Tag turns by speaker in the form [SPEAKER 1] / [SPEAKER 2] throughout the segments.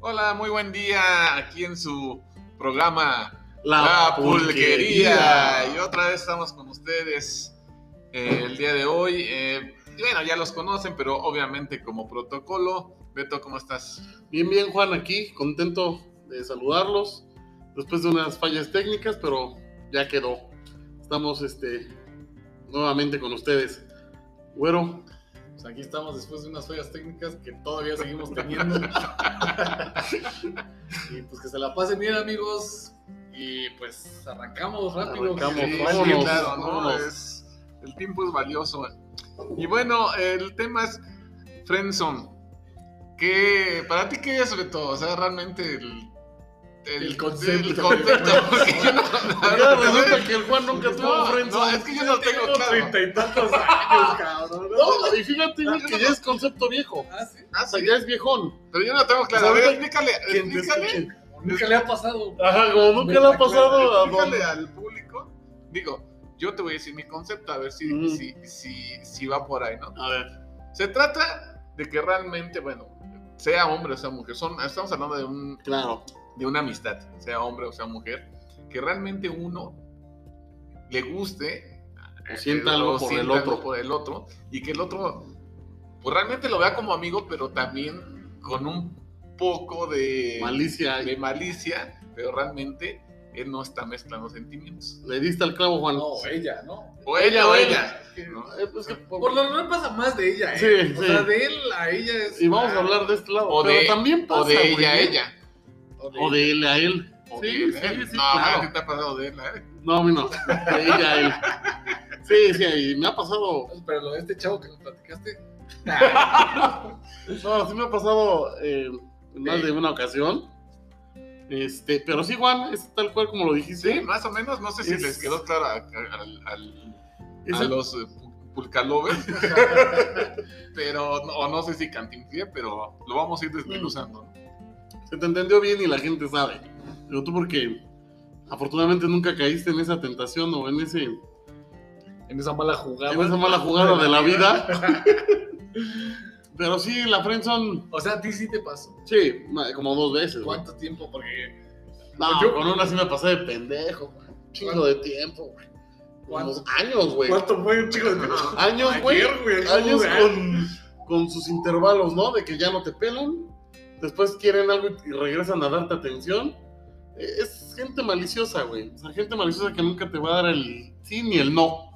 [SPEAKER 1] Hola, muy buen día aquí en su programa
[SPEAKER 2] La,
[SPEAKER 1] La
[SPEAKER 2] pulquería.
[SPEAKER 1] Pulquería. Y otra vez estamos con ustedes eh, el día de hoy. Eh, bueno, ya los conocen, pero obviamente como protocolo. Beto, ¿cómo estás?
[SPEAKER 2] Bien, bien, Juan, aquí, contento de saludarlos. Después de unas fallas técnicas, pero ya quedó. Estamos este, nuevamente con ustedes. Güero,
[SPEAKER 3] Pues aquí estamos después de unas fallas técnicas que todavía seguimos teniendo. y pues que se la pasen bien, amigos. Y pues arrancamos rápido.
[SPEAKER 2] Arrancamos,
[SPEAKER 3] Sí,
[SPEAKER 2] vámonos,
[SPEAKER 3] sí,
[SPEAKER 1] claro, ¿no?
[SPEAKER 2] vámonos.
[SPEAKER 1] Es- el tiempo es valioso. Y bueno, el tema es Friendzone. ¿Qué, ¿Para ti qué es, Beto? O sea, realmente el,
[SPEAKER 3] El concepto.
[SPEAKER 1] el concepto, porque yo no-
[SPEAKER 2] ahora resulta que el Juan nunca
[SPEAKER 1] No,
[SPEAKER 2] tuvo
[SPEAKER 1] no,
[SPEAKER 2] friendzone.
[SPEAKER 1] es que yo no tengo claro. Ah,
[SPEAKER 3] treinta y tantos años, cabrón.
[SPEAKER 2] No, y fíjate güey, que ya es concepto viejo.
[SPEAKER 3] Ah, sí.
[SPEAKER 1] Ah,
[SPEAKER 2] O sea,
[SPEAKER 1] sí,
[SPEAKER 2] ya es viejón.
[SPEAKER 1] Pero yo no tengo claro. A ver, explícale, explícale,
[SPEAKER 3] Nunca le ha pasado.
[SPEAKER 2] Ajá, como nunca le ha pasado a don-
[SPEAKER 1] explícale al público. Digo, yo te voy a decir mi concepto, a ver si,
[SPEAKER 2] Mm.
[SPEAKER 1] si, si, si va por ahí, ¿no?
[SPEAKER 2] A ver,
[SPEAKER 1] Se trata de que realmente, bueno, sea hombre o sea mujer, son, estamos hablando de, un,
[SPEAKER 2] claro.
[SPEAKER 1] de una amistad, sea hombre o sea mujer, que realmente uno le guste
[SPEAKER 2] O sienta algo
[SPEAKER 1] o
[SPEAKER 2] por el
[SPEAKER 1] sienta algo
[SPEAKER 2] otro.
[SPEAKER 1] por el otro y que el otro pues, realmente lo vea como amigo, pero también con un poco de
[SPEAKER 2] Malicia.
[SPEAKER 1] de malicia, pero realmente él no está mezclando sentimientos.
[SPEAKER 2] Le diste al clavo, Juan.
[SPEAKER 3] No, ella, ¿no?
[SPEAKER 1] O ella o ella. ¿no?
[SPEAKER 2] Eh, pues que
[SPEAKER 3] Por lo general pasa más de ella, ¿eh?
[SPEAKER 2] Sí,
[SPEAKER 3] o
[SPEAKER 2] sí.
[SPEAKER 3] sea, de él a ella es.
[SPEAKER 2] Y vamos a hablar de este lado.
[SPEAKER 1] O
[SPEAKER 2] pero
[SPEAKER 1] de-
[SPEAKER 2] también pasa,
[SPEAKER 1] O de
[SPEAKER 2] güey,
[SPEAKER 1] ella a
[SPEAKER 2] ¿eh?
[SPEAKER 1] ella.
[SPEAKER 3] O de
[SPEAKER 2] O de él a él.
[SPEAKER 1] O
[SPEAKER 2] Sí,
[SPEAKER 1] de él,
[SPEAKER 2] sí,
[SPEAKER 1] ¿eh?
[SPEAKER 2] sí,
[SPEAKER 1] no,
[SPEAKER 2] claro.
[SPEAKER 1] ¿qué te ha pasado de él? ¿eh?
[SPEAKER 2] No, a mí no. De ella a él. Sí, sí, y me ha pasado.
[SPEAKER 3] Pero lo de este chavo que nos platicaste.
[SPEAKER 2] No, sí me ha pasado eh, en más de una ocasión. Este, pero sí, Juan, es tal cual como lo dijiste.
[SPEAKER 1] Sí, más o menos, no sé si
[SPEAKER 2] Es-
[SPEAKER 1] les quedó claro a, a- al- al-
[SPEAKER 2] Es
[SPEAKER 1] a
[SPEAKER 2] el-
[SPEAKER 1] los eh, pu- pulcalovers, pero no, o no sé si cantinflé, pero lo vamos a ir desmenuzando. ¿no?
[SPEAKER 2] Se te entendió bien y la gente sabe. Pero tú porque afortunadamente nunca caíste en esa tentación o en ese
[SPEAKER 3] En esa mala jugada.
[SPEAKER 2] en esa mala jugada de la vida. Pero sí, la friendzone,
[SPEAKER 3] O sea, a ti sí te pasó.
[SPEAKER 2] sí, ma- como dos veces. güey.
[SPEAKER 3] ¿Cuánto tiempo? Porque.
[SPEAKER 2] No,
[SPEAKER 3] Yo-
[SPEAKER 2] con una sí me pasé de pendejo, güey. Un Chingo de tiempo, güey.
[SPEAKER 3] ¿Cuánto?
[SPEAKER 2] Unos años, güey.
[SPEAKER 3] fue un chico de
[SPEAKER 2] Años, güey.
[SPEAKER 3] Ayer, güey,
[SPEAKER 2] Años
[SPEAKER 3] güey.
[SPEAKER 2] con, con sus intervalos, ¿no? De que ya no te pelan. Después quieren algo y- y regresan a darte atención. Eh, Es gente maliciosa, güey. O sea, gente maliciosa que nunca te va a dar el sí ni el no.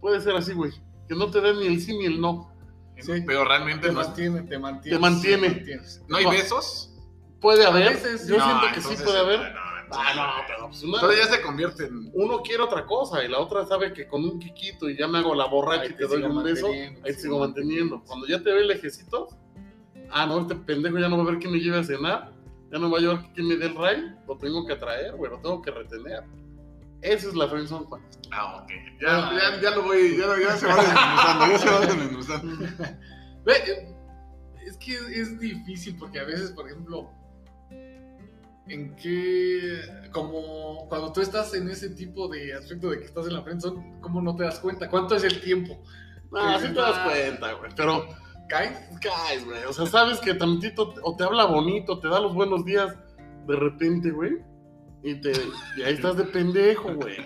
[SPEAKER 2] Puede ser así, güey. Que no te den ni el sí ni el no.
[SPEAKER 3] Sí.
[SPEAKER 1] Pero realmente
[SPEAKER 3] Te
[SPEAKER 1] no es.
[SPEAKER 3] mantiene, te mantiene.
[SPEAKER 2] Te mantiene.
[SPEAKER 3] mantienes.
[SPEAKER 1] ¿No hay
[SPEAKER 2] No.
[SPEAKER 1] besos?
[SPEAKER 2] Puede haber.
[SPEAKER 3] veces,
[SPEAKER 2] Yo
[SPEAKER 1] No,
[SPEAKER 2] siento que sí
[SPEAKER 1] entonces-
[SPEAKER 2] puede haber.
[SPEAKER 1] no, entonces-
[SPEAKER 2] Ah, no, pero pues una-
[SPEAKER 1] Entonces ya se convierte en.
[SPEAKER 2] uno quiere otra cosa y la otra sabe que con un quiquito y ya me hago la borracha
[SPEAKER 3] Ahí
[SPEAKER 2] y
[SPEAKER 3] te
[SPEAKER 2] te doy
[SPEAKER 3] sigo
[SPEAKER 2] un beso,
[SPEAKER 3] manteniendo,
[SPEAKER 2] ahí te
[SPEAKER 3] sigo
[SPEAKER 2] sigo manteniendo. Cuando ya te ve lejecito, ah, no, este pendejo ya no va a ver quién me lleve a cenar, ya no va a llevar quién me dé el ray, lo tengo que atraer, güey, lo tengo que retener. Esa es la friendzone, Juan.
[SPEAKER 1] Ah, ok. Ya, ya, ya lo voy. Ya, lo- ya se va desmenuzando. Ya se va desmenuzando.
[SPEAKER 3] Ve, eh, Es que es, es difícil porque a veces, por ejemplo, en qué. Como cuando tú estás en ese tipo de aspecto de que estás en la friendzone, ¿cómo no te das cuenta? ¿Cuánto es el tiempo?
[SPEAKER 2] Ah, sí te das
[SPEAKER 3] Ah.
[SPEAKER 2] cuenta, güey, pero
[SPEAKER 3] ¿Caes?
[SPEAKER 2] caes, güey, o sea, sabes que tantito te- o te habla bonito, te da los buenos días de repente, güey, y, te, y ahí estás de pendejo, güey.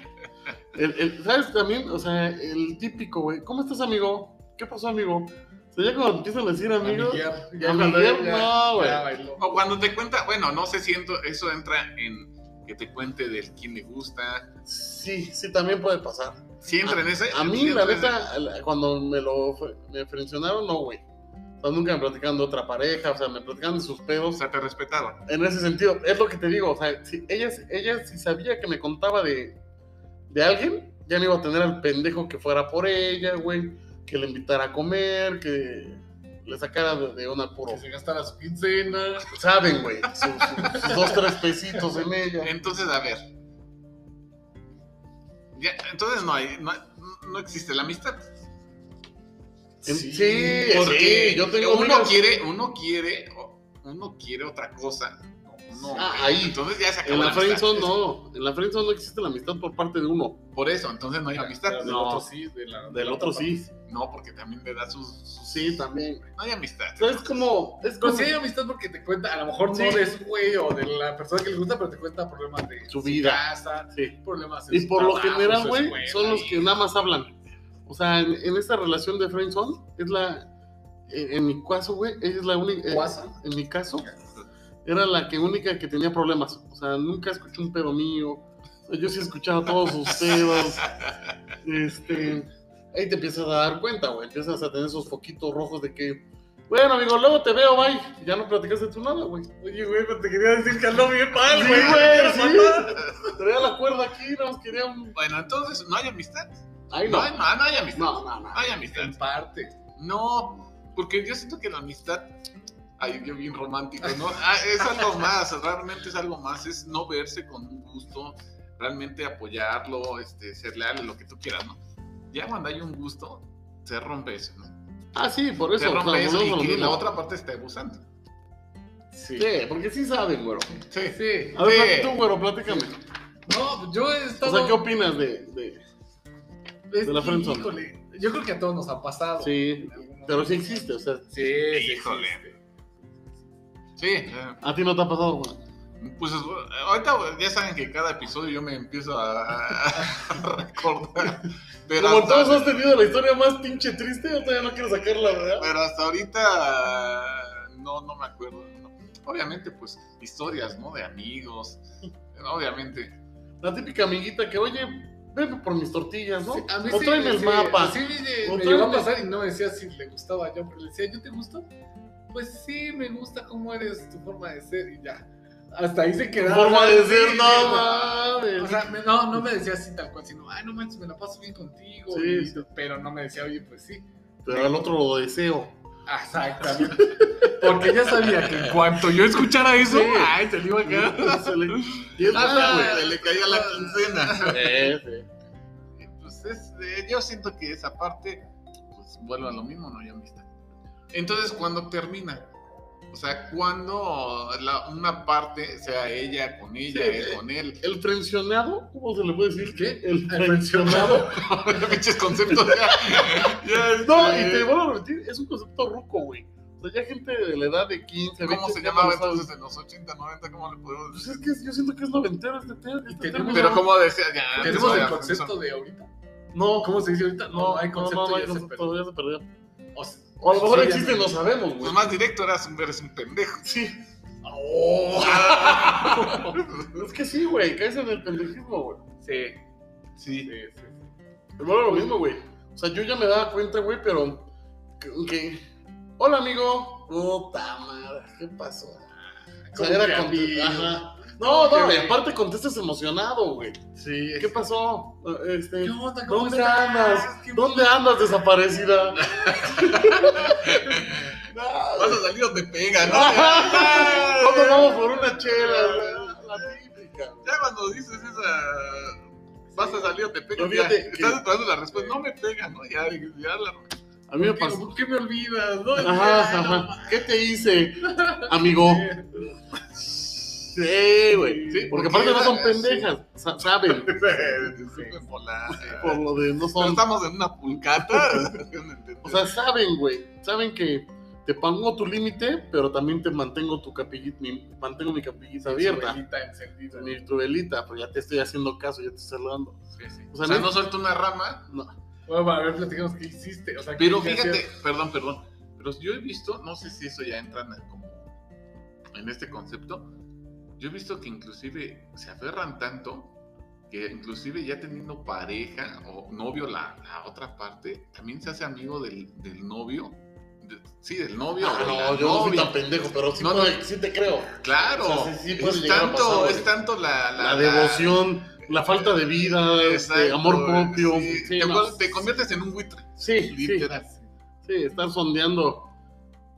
[SPEAKER 2] El- el- ¿Sabes también? O sea, el típico, güey. ¿Cómo estás, amigo? ¿Qué pasó, amigo? O sea, ya cuando empiezan a decir amigo,
[SPEAKER 3] Amiguear.
[SPEAKER 2] amiguear,
[SPEAKER 3] Ya cuando- ya-
[SPEAKER 2] no, güey.
[SPEAKER 3] ya bailó.
[SPEAKER 1] O cuando te cuenta. Bueno, no sé si ento- eso entra en que te cuente del quién le gusta.
[SPEAKER 2] Sí, sí, también puede pasar.
[SPEAKER 1] ¿Sí entra en ese?
[SPEAKER 2] Ah, A mí,
[SPEAKER 1] ¿Sí
[SPEAKER 2] la
[SPEAKER 1] entra en
[SPEAKER 2] neta, la- cuando me lo fre- me frencionaron, no, güey. O sea, nunca me platicaban de otra pareja, o sea, me platicaban de sus
[SPEAKER 1] ese? O
[SPEAKER 2] pedos.
[SPEAKER 1] sea, te respetaron.
[SPEAKER 2] en ese sentido, es lo que te digo, o sea, si ella, ella si sabía que me contaba de, de alguien, ya no iba a tener al pendejo que fuera por ella, güey, que le invitara a comer, que le sacara de, de un apuro.
[SPEAKER 3] Que se gastara su quincena.
[SPEAKER 2] Saben, güey, su- su- sus dos, tres pesitos en ella.
[SPEAKER 1] Entonces, a ver. Ya, entonces no hay. No, no existe la amistad.
[SPEAKER 2] En- sí,
[SPEAKER 3] Sí,
[SPEAKER 2] sí,
[SPEAKER 1] Porque
[SPEAKER 2] yo tengo
[SPEAKER 1] uno
[SPEAKER 2] amigas-
[SPEAKER 1] quiere, uno quiere, uno quiere otra cosa. No, no,
[SPEAKER 2] Ah,
[SPEAKER 1] güey.
[SPEAKER 2] ahí.
[SPEAKER 1] Entonces ya se acabó
[SPEAKER 2] En la
[SPEAKER 1] amistad.
[SPEAKER 2] friendzone no, en la friendzone no existe la amistad por parte de uno.
[SPEAKER 1] por eso, entonces
[SPEAKER 3] Ah,
[SPEAKER 1] no hay amistad.
[SPEAKER 3] Del
[SPEAKER 2] No.
[SPEAKER 3] otro sí, de la- de
[SPEAKER 2] Del
[SPEAKER 3] la
[SPEAKER 2] otro
[SPEAKER 3] otra
[SPEAKER 2] sí.
[SPEAKER 1] No, porque también le da sus, sus-
[SPEAKER 2] Sí, también, güey.
[SPEAKER 1] No hay amistad.
[SPEAKER 2] Pero es como. Es
[SPEAKER 3] Pero
[SPEAKER 2] como
[SPEAKER 3] sí
[SPEAKER 1] Pues
[SPEAKER 3] hay amistad porque te cuenta, a lo mejor
[SPEAKER 2] Sí.
[SPEAKER 3] no de su güey o de la persona que le gusta, pero te cuenta problemas de
[SPEAKER 2] Su vida.
[SPEAKER 3] casa,
[SPEAKER 2] Sí.
[SPEAKER 3] problemas en
[SPEAKER 2] Y
[SPEAKER 3] su
[SPEAKER 2] por lo
[SPEAKER 3] trabajo,
[SPEAKER 2] general,
[SPEAKER 3] su
[SPEAKER 2] güey,
[SPEAKER 3] escuela,
[SPEAKER 2] son los
[SPEAKER 3] y-
[SPEAKER 2] que nada más hablan. O sea, en, en esta relación de friendzone, es la. En, en mi caso, güey, ella es la única. eh,
[SPEAKER 3] Guasa.
[SPEAKER 2] en mi caso, era la que única que tenía problemas. O sea, nunca escuché un pedo mío. O sea, Yo sí escuchaba todos sus pedos. Este. Ahí te empiezas a dar cuenta, güey. Empiezas a tener esos foquitos rojos de que. Bueno, amigo, luego te veo, bye. Y Ya no platicaste tú nada, güey.
[SPEAKER 3] Oye, güey, pero te quería decir que ando bien mal,
[SPEAKER 2] Sí,
[SPEAKER 3] güey.
[SPEAKER 2] güey, sí. Traía la cuerda aquí, nada más quería un.
[SPEAKER 1] Bueno, entonces no hay amistad.
[SPEAKER 2] Ay,
[SPEAKER 1] No
[SPEAKER 2] no.
[SPEAKER 1] hay, no, no hay amistad.
[SPEAKER 2] No, no, no.
[SPEAKER 1] No hay amistad.
[SPEAKER 3] En parte.
[SPEAKER 1] No, porque yo siento que la amistad, ay, yo bien romántico, ¿no? Ah, es algo más, realmente es algo más, es no verse con un gusto, realmente apoyarlo, este, ser leal, lo que tú quieras, ¿no? Ya cuando hay un gusto, se rompe eso, ¿no?
[SPEAKER 2] Ah, sí, por
[SPEAKER 1] Se
[SPEAKER 2] eso. o
[SPEAKER 1] rompe
[SPEAKER 2] sea,
[SPEAKER 1] eso
[SPEAKER 2] volvemos a lo
[SPEAKER 1] y que
[SPEAKER 2] mismo.
[SPEAKER 1] la otra parte esté abusando.
[SPEAKER 3] Sí.
[SPEAKER 2] Sí, porque sí saben, güero.
[SPEAKER 1] Sí.
[SPEAKER 3] Sí.
[SPEAKER 2] A ver,
[SPEAKER 1] Sí.
[SPEAKER 2] tú, güero, platícame.
[SPEAKER 3] No, yo he
[SPEAKER 2] O
[SPEAKER 3] estado.
[SPEAKER 2] sea, ¿qué opinas de, de-
[SPEAKER 3] es
[SPEAKER 2] de la
[SPEAKER 3] que,
[SPEAKER 2] friendzone?
[SPEAKER 3] Híjole, yo creo que a todos nos ha pasado.
[SPEAKER 2] Sí,
[SPEAKER 3] En algún
[SPEAKER 2] pero
[SPEAKER 3] momento.
[SPEAKER 2] sí existe, o sea,
[SPEAKER 3] Sí, sí
[SPEAKER 1] Híjole.
[SPEAKER 3] existe.
[SPEAKER 1] Sí, eh,
[SPEAKER 2] a ti no te ha pasado, güey.
[SPEAKER 1] pues eh, ahorita ya saben que cada episodio yo me empiezo a, a recordar. Pero
[SPEAKER 2] Como
[SPEAKER 1] hasta-
[SPEAKER 2] todos has tenido la historia más pinche triste, yo todavía no quiero sacarla, ¿verdad?
[SPEAKER 1] Pero hasta ahorita no, no me acuerdo. no. Obviamente, pues, historias, ¿no? De amigos. Obviamente.
[SPEAKER 2] La típica amiguita que, oye, ven por mis tortillas, ¿no?
[SPEAKER 3] Sí, a mí
[SPEAKER 2] o
[SPEAKER 3] sí,
[SPEAKER 2] traen el
[SPEAKER 3] sí,
[SPEAKER 2] mapa.
[SPEAKER 3] Sí, me-
[SPEAKER 2] O
[SPEAKER 3] me,
[SPEAKER 2] tráeme-
[SPEAKER 3] llegó a pasar y no me decía si le gustaba yo, pero le decía, ¿yo te gusto? Pues sí, me gusta cómo eres, tu forma de ser y ya. Hasta ahí se quedaba.
[SPEAKER 2] Forma de
[SPEAKER 3] Sí,
[SPEAKER 2] ser,
[SPEAKER 3] sí,
[SPEAKER 2] no
[SPEAKER 3] güey.
[SPEAKER 2] mames.
[SPEAKER 3] O sea, me- no, no me decía así tal cual, sino, ay, no manches, me la paso bien contigo.
[SPEAKER 2] Sí,
[SPEAKER 3] y-
[SPEAKER 2] sí.
[SPEAKER 3] Pero no me decía, oye, pues sí.
[SPEAKER 2] pero al otro lo deseo.
[SPEAKER 3] Exactamente. Porque ya sabía que en cuanto yo escuchara eso,
[SPEAKER 2] Sí.
[SPEAKER 3] ay, se le iba a quedar.
[SPEAKER 2] Se le- y es verdad, ah,
[SPEAKER 3] Ah.
[SPEAKER 2] güey.
[SPEAKER 1] Se Ah, le caía la quincena.
[SPEAKER 2] Sí, sí.
[SPEAKER 1] Pues es, eh, yo siento que esa parte, pues vuelvo a lo mismo, no hay amistad. Entonces, ¿cuándo termina? O sea, cuando una parte, sea ella con ella,
[SPEAKER 2] Sí,
[SPEAKER 1] él
[SPEAKER 2] eh.
[SPEAKER 1] con él.
[SPEAKER 2] El frencionado, ¿cómo se le puede decir?
[SPEAKER 3] ¿Qué?
[SPEAKER 2] El
[SPEAKER 3] El
[SPEAKER 2] frencionado.
[SPEAKER 1] Pinches conceptos ya. ya,
[SPEAKER 2] No,
[SPEAKER 3] Eh.
[SPEAKER 1] este,
[SPEAKER 2] y te vuelvo a repetir, es un concepto ruco, güey. O sea, ya gente de la edad de 15, 20.
[SPEAKER 1] ¿Cómo se
[SPEAKER 2] ya
[SPEAKER 1] llamaba
[SPEAKER 2] no sabe.
[SPEAKER 1] entonces en los 80, 90? ¿Cómo le podemos
[SPEAKER 2] Pues
[SPEAKER 1] decir?
[SPEAKER 2] es que yo siento que es noventero este tema. Este
[SPEAKER 3] tenemos-
[SPEAKER 2] tema.
[SPEAKER 1] Pero como decía, ya,
[SPEAKER 3] Tenemos
[SPEAKER 1] ya,
[SPEAKER 3] el concepto de ahorita.
[SPEAKER 2] No,
[SPEAKER 3] ¿Cómo se dice ahorita? No, no hay concepto.
[SPEAKER 2] no, no
[SPEAKER 3] ya
[SPEAKER 2] hay
[SPEAKER 3] se
[SPEAKER 2] concepto,
[SPEAKER 3] perdió.
[SPEAKER 2] ya se perdió.
[SPEAKER 3] O sea,
[SPEAKER 2] O a lo mejor
[SPEAKER 3] sí, ya
[SPEAKER 2] existe,
[SPEAKER 3] no
[SPEAKER 2] no
[SPEAKER 3] hay.
[SPEAKER 2] sabemos, güey.
[SPEAKER 1] Pues más directo eras un, eres un pendejo.
[SPEAKER 2] Sí,
[SPEAKER 3] Oh.
[SPEAKER 2] es que sí, güey, caes en el pendejismo, güey.
[SPEAKER 3] Sí, sí,
[SPEAKER 1] Sí.
[SPEAKER 3] sí.
[SPEAKER 2] Me vuelvo lo mismo, güey. O sea, yo ya me daba cuenta, güey, pero. que- que- Hola, amigo. Puta madre, ¿qué pasó? O sea,
[SPEAKER 3] Como que
[SPEAKER 2] era con...
[SPEAKER 3] amigo.
[SPEAKER 2] Ajá. No,
[SPEAKER 3] Como que
[SPEAKER 2] no, y
[SPEAKER 3] amigo.
[SPEAKER 2] aparte contestas emocionado, güey.
[SPEAKER 3] Sí.
[SPEAKER 2] ¿Qué pasó? Este,
[SPEAKER 3] ¿Qué onda? ¿Cómo
[SPEAKER 2] ¿Dónde
[SPEAKER 3] estás?
[SPEAKER 2] andas?
[SPEAKER 3] ¿Qué
[SPEAKER 2] ¿Dónde andas desaparecida?
[SPEAKER 1] Vas a salir donde pega, ¿no?
[SPEAKER 2] ¿Dónde vamos por una chela? La típica.
[SPEAKER 1] Ya cuando dices esa. Vas a salir donde pega.
[SPEAKER 2] Pero
[SPEAKER 1] ya,
[SPEAKER 2] fíjate que-
[SPEAKER 1] Estás esperando la respuesta. No me pega, ¿no? Ya, ya la.
[SPEAKER 2] A mí me
[SPEAKER 3] ¿Qué,
[SPEAKER 2] pasó.
[SPEAKER 3] ¿Por qué me olvidas? No,
[SPEAKER 2] Ajá,
[SPEAKER 3] Ay, no,
[SPEAKER 2] ajá. ¿Qué te hice, amigo? Sí, güey.
[SPEAKER 1] Sí,
[SPEAKER 2] Porque aparte no son
[SPEAKER 1] sí.
[SPEAKER 2] pendejas, sa- saben.
[SPEAKER 1] Súper volada.
[SPEAKER 2] Por lo de no
[SPEAKER 1] Pero
[SPEAKER 2] son.
[SPEAKER 1] estamos en una pulcata.
[SPEAKER 2] O sea, saben, güey. Saben que te pongo tu límite, pero también te mantengo tu capillita, mi- mantengo mi capillita
[SPEAKER 3] Su
[SPEAKER 2] abierta.
[SPEAKER 3] velita encendida.
[SPEAKER 2] Mi tu velita, pero ya te estoy haciendo caso, ya te estoy saludando.
[SPEAKER 1] Sí, sí.
[SPEAKER 2] o
[SPEAKER 1] o
[SPEAKER 2] sea,
[SPEAKER 1] sea,
[SPEAKER 2] no-
[SPEAKER 1] no suelto una rama.
[SPEAKER 2] No.
[SPEAKER 3] Bueno, a ver, platicamos qué hiciste. O sea, ¿qué
[SPEAKER 1] Pero
[SPEAKER 3] hiciste?
[SPEAKER 1] fíjate, perdón, perdón. Pero yo he visto, no sé si eso ya entra en, como en este concepto. Yo he visto que inclusive se aferran tanto que inclusive ya teniendo pareja o novio la, la otra parte, también se hace amigo del, del novio. De- sí, del novio. o
[SPEAKER 2] Ah,
[SPEAKER 1] de la
[SPEAKER 2] no, yo no soy
[SPEAKER 1] novia.
[SPEAKER 2] tan pendejo, pero sí,
[SPEAKER 1] No,
[SPEAKER 2] puedo-
[SPEAKER 1] no.
[SPEAKER 2] sí te creo.
[SPEAKER 1] Claro.
[SPEAKER 2] O sea, sí, sí puede
[SPEAKER 1] es,
[SPEAKER 2] llegar a
[SPEAKER 1] tanto,
[SPEAKER 2] pasar, güey.
[SPEAKER 1] es tanto la, la-
[SPEAKER 2] La
[SPEAKER 1] la-
[SPEAKER 2] devoción, la falta de vida, este,
[SPEAKER 1] Exacto,
[SPEAKER 2] amor propio.
[SPEAKER 1] sí.
[SPEAKER 2] Sí,
[SPEAKER 1] te,
[SPEAKER 2] no.
[SPEAKER 1] vuel- te conviertes en un buitre.
[SPEAKER 2] Sí, sí,
[SPEAKER 1] Literal.
[SPEAKER 2] sí, estar sondeando.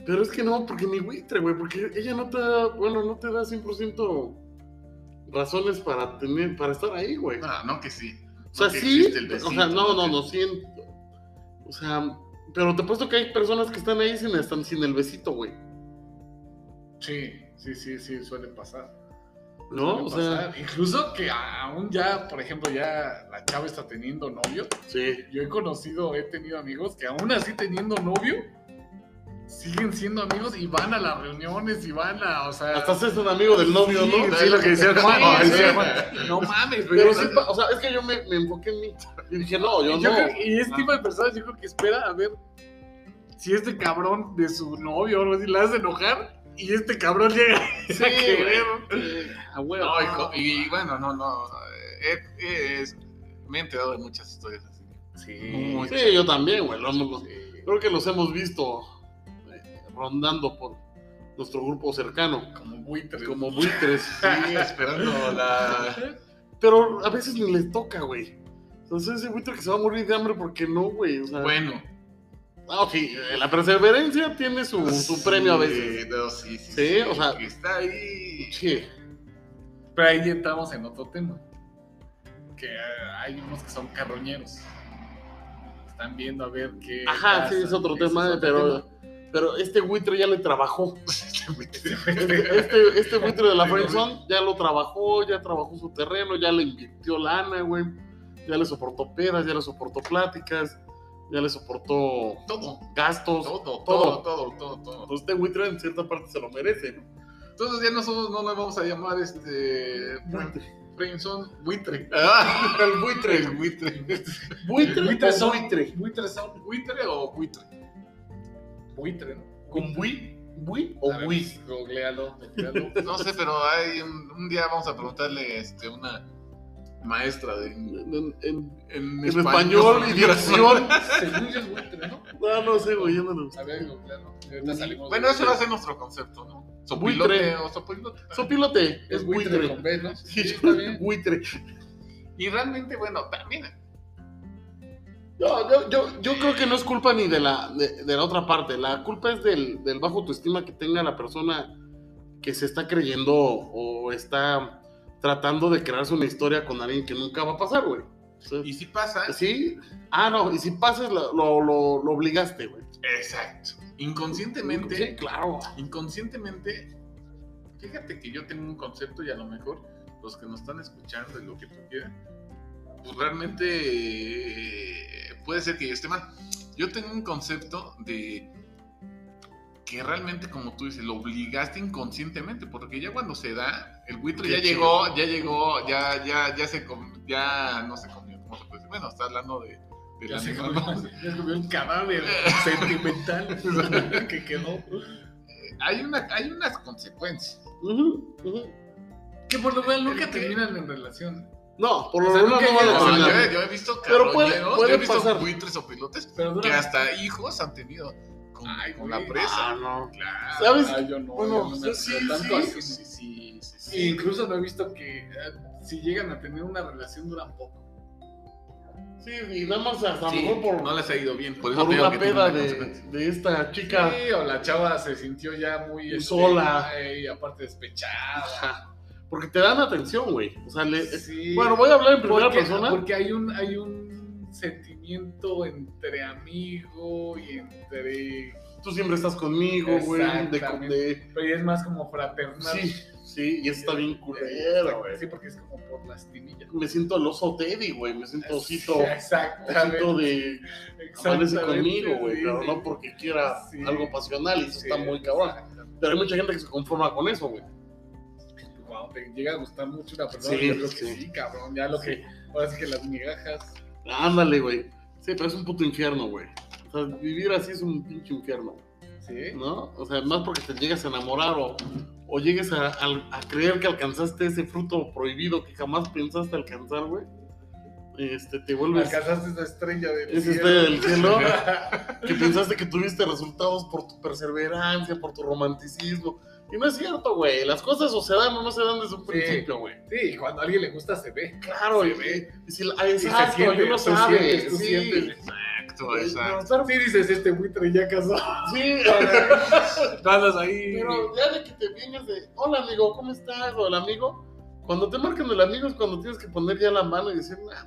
[SPEAKER 2] Pero es que no, porque ni buitre, güey, porque ella no te da, bueno, no te da 100% razones para tener, para estar ahí, güey.
[SPEAKER 1] No, no que sí.
[SPEAKER 2] o sea,
[SPEAKER 1] no que Ah,
[SPEAKER 2] sí,
[SPEAKER 1] existe el
[SPEAKER 2] o sea,
[SPEAKER 1] vecino,
[SPEAKER 2] no, no,
[SPEAKER 1] que-
[SPEAKER 2] no, siento. O sea, pero te puesto que hay personas que están ahí sin, están sin el besito, güey.
[SPEAKER 3] Sí, sí, sí, sí, suele pasar.
[SPEAKER 2] ¿No? O sea,
[SPEAKER 3] pasar. Incluso que aún ya, por ejemplo, ya la chava está teniendo novio.
[SPEAKER 2] sí.
[SPEAKER 3] Yo he conocido, he tenido amigos que aún así teniendo novio, siguen siendo amigos y van a las reuniones y van a, o sea...
[SPEAKER 2] Hasta haces un amigo del novio,
[SPEAKER 3] Sí,
[SPEAKER 2] ¿no?
[SPEAKER 3] sí,
[SPEAKER 2] lo que decía
[SPEAKER 3] no
[SPEAKER 2] Juan.
[SPEAKER 3] mames,
[SPEAKER 2] No, decía
[SPEAKER 3] eh.
[SPEAKER 2] Juan.
[SPEAKER 3] No mames, güey,
[SPEAKER 2] Pero
[SPEAKER 3] o sea,
[SPEAKER 2] sí, pa- o sea, es que yo me, me enfoqué en mí. Yo dije, no, yo
[SPEAKER 3] yo
[SPEAKER 2] no. Ah.
[SPEAKER 3] creo- y este tipo de personas yo creo que espera a ver si este cabrón de su novio o algo así la hace enojar y este cabrón llega
[SPEAKER 2] Sí,
[SPEAKER 3] a querer.
[SPEAKER 2] güey.
[SPEAKER 3] A huevo.
[SPEAKER 1] No, y co- y, bueno, no, no. eh, eh, es- me he enterado de muchas historias así.
[SPEAKER 3] Sí.
[SPEAKER 1] Muy-
[SPEAKER 2] Sí, yo también, güey. lo hemos-
[SPEAKER 3] Sí.
[SPEAKER 2] Creo que los hemos visto eh, rondando por nuestro grupo cercano.
[SPEAKER 3] Como buitre.
[SPEAKER 2] Como buitres.
[SPEAKER 1] Sí, esperando la.
[SPEAKER 2] Pero a veces ni les toca, güey. Entonces ese buitre que se va a morir de hambre, porque no, güey? O sea,
[SPEAKER 1] Bueno.
[SPEAKER 2] ah, sí, eh, la perseverancia tiene su, su premio a veces.
[SPEAKER 1] Sí, no, sí, sí,
[SPEAKER 2] Sí, o sea-
[SPEAKER 1] que Está ahí.
[SPEAKER 2] Sí,
[SPEAKER 3] Pero ahí entramos en otro tema. Que eh, hay unos que son carroñeros. Están viendo a ver qué.
[SPEAKER 2] Ajá,
[SPEAKER 3] pasa.
[SPEAKER 2] sí, es otro
[SPEAKER 3] Ese
[SPEAKER 2] tema,
[SPEAKER 3] otro
[SPEAKER 2] pero, pero este buitre ya le trabajó.
[SPEAKER 3] tema.
[SPEAKER 2] Este, este buitre de la Friendzone ya lo trabajó, ya trabajó su terreno, ya le invirtió lana, güey. Ya le soportó pedas, ya le soportó pláticas, ya le soportó
[SPEAKER 1] Todo,
[SPEAKER 2] gastos.
[SPEAKER 1] todo,
[SPEAKER 2] Todo.
[SPEAKER 1] todo, todo, todo, todo.
[SPEAKER 2] Entonces este buitre en cierta parte se lo merece, ¿no?
[SPEAKER 1] Entonces ya nosotros no le vamos a llamar este. Friendzone buitre. Ah, el buitre. El buitre.
[SPEAKER 2] Buitre,
[SPEAKER 3] Buitre
[SPEAKER 2] o
[SPEAKER 3] son-
[SPEAKER 2] buitre.
[SPEAKER 3] Buitre son.
[SPEAKER 1] ¿Buitre o buitre?
[SPEAKER 3] Buitre, ¿no?
[SPEAKER 1] ¿Con bui?
[SPEAKER 2] Bui o
[SPEAKER 3] A ver,
[SPEAKER 2] bui.
[SPEAKER 3] Googlealo, googlealo.
[SPEAKER 1] No sé, pero hay un, un día vamos a preguntarle este, una maestra de, en,
[SPEAKER 2] En, en-
[SPEAKER 1] en
[SPEAKER 2] en español, dirección.
[SPEAKER 3] Según yo es buitre, ¿no?
[SPEAKER 2] No, no sé, güey, yo no lo
[SPEAKER 3] A ver, googlealo. Y ahorita salimos. este
[SPEAKER 1] Bueno, eso va a ser nuestro concepto, ¿no?
[SPEAKER 2] Buitre.
[SPEAKER 1] Sopilote o sopilote.
[SPEAKER 2] Sopilote,
[SPEAKER 3] Es
[SPEAKER 2] es
[SPEAKER 3] buitre,
[SPEAKER 2] buitre.
[SPEAKER 3] con B, ¿no? Sí,
[SPEAKER 2] Sí,
[SPEAKER 3] está bien.
[SPEAKER 2] buitre.
[SPEAKER 1] Y realmente, bueno, también.
[SPEAKER 2] No, yo, yo, yo creo que no es culpa ni de la, de, de la otra parte. La culpa es del, del bajo autoestima que tenga la persona que se está creyendo o está tratando de crearse una historia con alguien que nunca va a pasar, güey. O sea,
[SPEAKER 1] Y si pasa,
[SPEAKER 2] Sí. Ah, no, y si pasas, lo, lo, lo- lo obligaste, güey.
[SPEAKER 1] exacto. Inconscientemente,
[SPEAKER 2] Sí, claro.
[SPEAKER 1] inconscientemente, fíjate que yo tengo un concepto y a lo mejor los que nos están escuchando y lo que tú quieras, pues realmente eh, puede ser que yo esté mal. Yo tengo un concepto de que realmente, como tú dices, lo obligaste inconscientemente, porque ya cuando se da, el buitre
[SPEAKER 2] Qué
[SPEAKER 1] ya
[SPEAKER 2] chido.
[SPEAKER 1] llegó, ya llegó, ya, ya, ya se, com- ya no se comió, ¿cómo se puede decir? Bueno, está hablando de, de
[SPEAKER 3] Ya
[SPEAKER 1] la
[SPEAKER 3] se
[SPEAKER 1] misma-
[SPEAKER 3] comió, ya se comió un cadáver sentimental que quedó.
[SPEAKER 1] Hay, una, hay unas consecuencias.
[SPEAKER 2] Ujú, ujú.
[SPEAKER 3] Que por lo general nunca terminan en relación.
[SPEAKER 2] No, por
[SPEAKER 3] O
[SPEAKER 2] lo
[SPEAKER 3] sea,
[SPEAKER 2] menos
[SPEAKER 3] nunca
[SPEAKER 2] no van a
[SPEAKER 3] llegas
[SPEAKER 1] No,
[SPEAKER 3] a-
[SPEAKER 2] terminar.
[SPEAKER 1] yo, yo he visto
[SPEAKER 2] Pero puede-
[SPEAKER 1] carroñeros,
[SPEAKER 2] puede
[SPEAKER 1] yo he visto
[SPEAKER 2] pasar.
[SPEAKER 1] buitres o pilotes
[SPEAKER 3] Pero
[SPEAKER 1] que
[SPEAKER 3] dura.
[SPEAKER 1] hasta hijos han tenido con,
[SPEAKER 3] Ay,
[SPEAKER 1] con
[SPEAKER 3] güey.
[SPEAKER 1] la presa.
[SPEAKER 2] Ah, no.
[SPEAKER 1] Claro.
[SPEAKER 2] ¿Sabes?
[SPEAKER 3] Ah, yo no,
[SPEAKER 2] Bueno,
[SPEAKER 3] yo no me
[SPEAKER 2] yo sí,
[SPEAKER 3] refiero
[SPEAKER 2] sí,
[SPEAKER 3] tanto
[SPEAKER 1] Sí,
[SPEAKER 3] así.
[SPEAKER 1] sí, sí, sí.
[SPEAKER 3] E Incluso no he visto que eh, si llegan a tener una relación duran poco.
[SPEAKER 2] Sí, y nada más hasta
[SPEAKER 1] Sí,
[SPEAKER 2] a lo mejor por,
[SPEAKER 1] no les ha ido bien, por eso
[SPEAKER 2] por
[SPEAKER 1] te digo
[SPEAKER 2] una
[SPEAKER 1] que tiene
[SPEAKER 2] peda
[SPEAKER 1] una
[SPEAKER 2] de,
[SPEAKER 1] consecuencia.
[SPEAKER 2] de esta chica.
[SPEAKER 3] Sí, o la chava se sintió ya muy
[SPEAKER 1] este,
[SPEAKER 2] Y sola.
[SPEAKER 3] eh, y aparte despechada.
[SPEAKER 2] Ajá. Porque te dan atención, güey. O sea, le-
[SPEAKER 3] Sí.
[SPEAKER 2] Bueno, voy a hablar en primera
[SPEAKER 3] porque,
[SPEAKER 2] persona.
[SPEAKER 3] porque hay un hay un sentimiento entre amigo y entre
[SPEAKER 2] Tú siempre estás conmigo, güey. De,
[SPEAKER 3] Exactamente.
[SPEAKER 2] de-
[SPEAKER 3] pero ya es más como fraternal.
[SPEAKER 2] Sí, sí, y eso está bien culero, güey.
[SPEAKER 3] Sí, porque es como por las timillas.
[SPEAKER 2] Me siento el oso Teddy, güey. Me siento osito, osito
[SPEAKER 3] Exactamente.
[SPEAKER 2] de amanece conmigo, güey. Pero no porque quiera
[SPEAKER 3] Sí.
[SPEAKER 2] algo pasional y eso está muy cabrón. Pero hay mucha gente que se conforma con eso, güey.
[SPEAKER 3] Cuando te llega a gustar mucho una persona,
[SPEAKER 2] Sí,
[SPEAKER 3] yo creo que
[SPEAKER 2] sí.
[SPEAKER 3] sí, cabrón. Ya lo que. Ahora sí que las migajas.
[SPEAKER 2] Ándale, güey. Sí, pero es un puto infierno, güey. O sea, vivir así es un pinche infierno.
[SPEAKER 3] Sí.
[SPEAKER 2] ¿no? O sea, más porque te llegas a enamorar o, o llegues a, al- a creer que alcanzaste ese fruto prohibido que jamás pensaste alcanzar, güey. Este, te vuelves
[SPEAKER 3] Alcanzaste esa estrella del
[SPEAKER 2] esa
[SPEAKER 3] cielo.
[SPEAKER 2] estrella del cielo que pensaste que tuviste resultados por tu perseverancia, por tu romanticismo. Y no es cierto, güey. Las cosas o se dan o no se dan desde un
[SPEAKER 3] Sí.
[SPEAKER 2] principio, güey.
[SPEAKER 3] Sí, y cuando a alguien le gusta se ve.
[SPEAKER 2] Claro,
[SPEAKER 3] Se
[SPEAKER 2] y,
[SPEAKER 3] ve.
[SPEAKER 2] y si la- ah, exacto,
[SPEAKER 3] siente,
[SPEAKER 2] y uno
[SPEAKER 3] tú
[SPEAKER 2] sabe,
[SPEAKER 3] sientes, tú
[SPEAKER 2] sí.
[SPEAKER 3] sientes.
[SPEAKER 1] Exacto,
[SPEAKER 2] Güey,
[SPEAKER 1] exacto.
[SPEAKER 2] pero estar-
[SPEAKER 3] Sí, dices, este buitre ya casó.
[SPEAKER 2] Sí,
[SPEAKER 3] Andas ahí.
[SPEAKER 2] Pero ya de que te vienes de, hola amigo, ¿cómo estás? O el amigo, cuando te marcan el amigo es cuando tienes que poner ya la mano y decir, "Nah,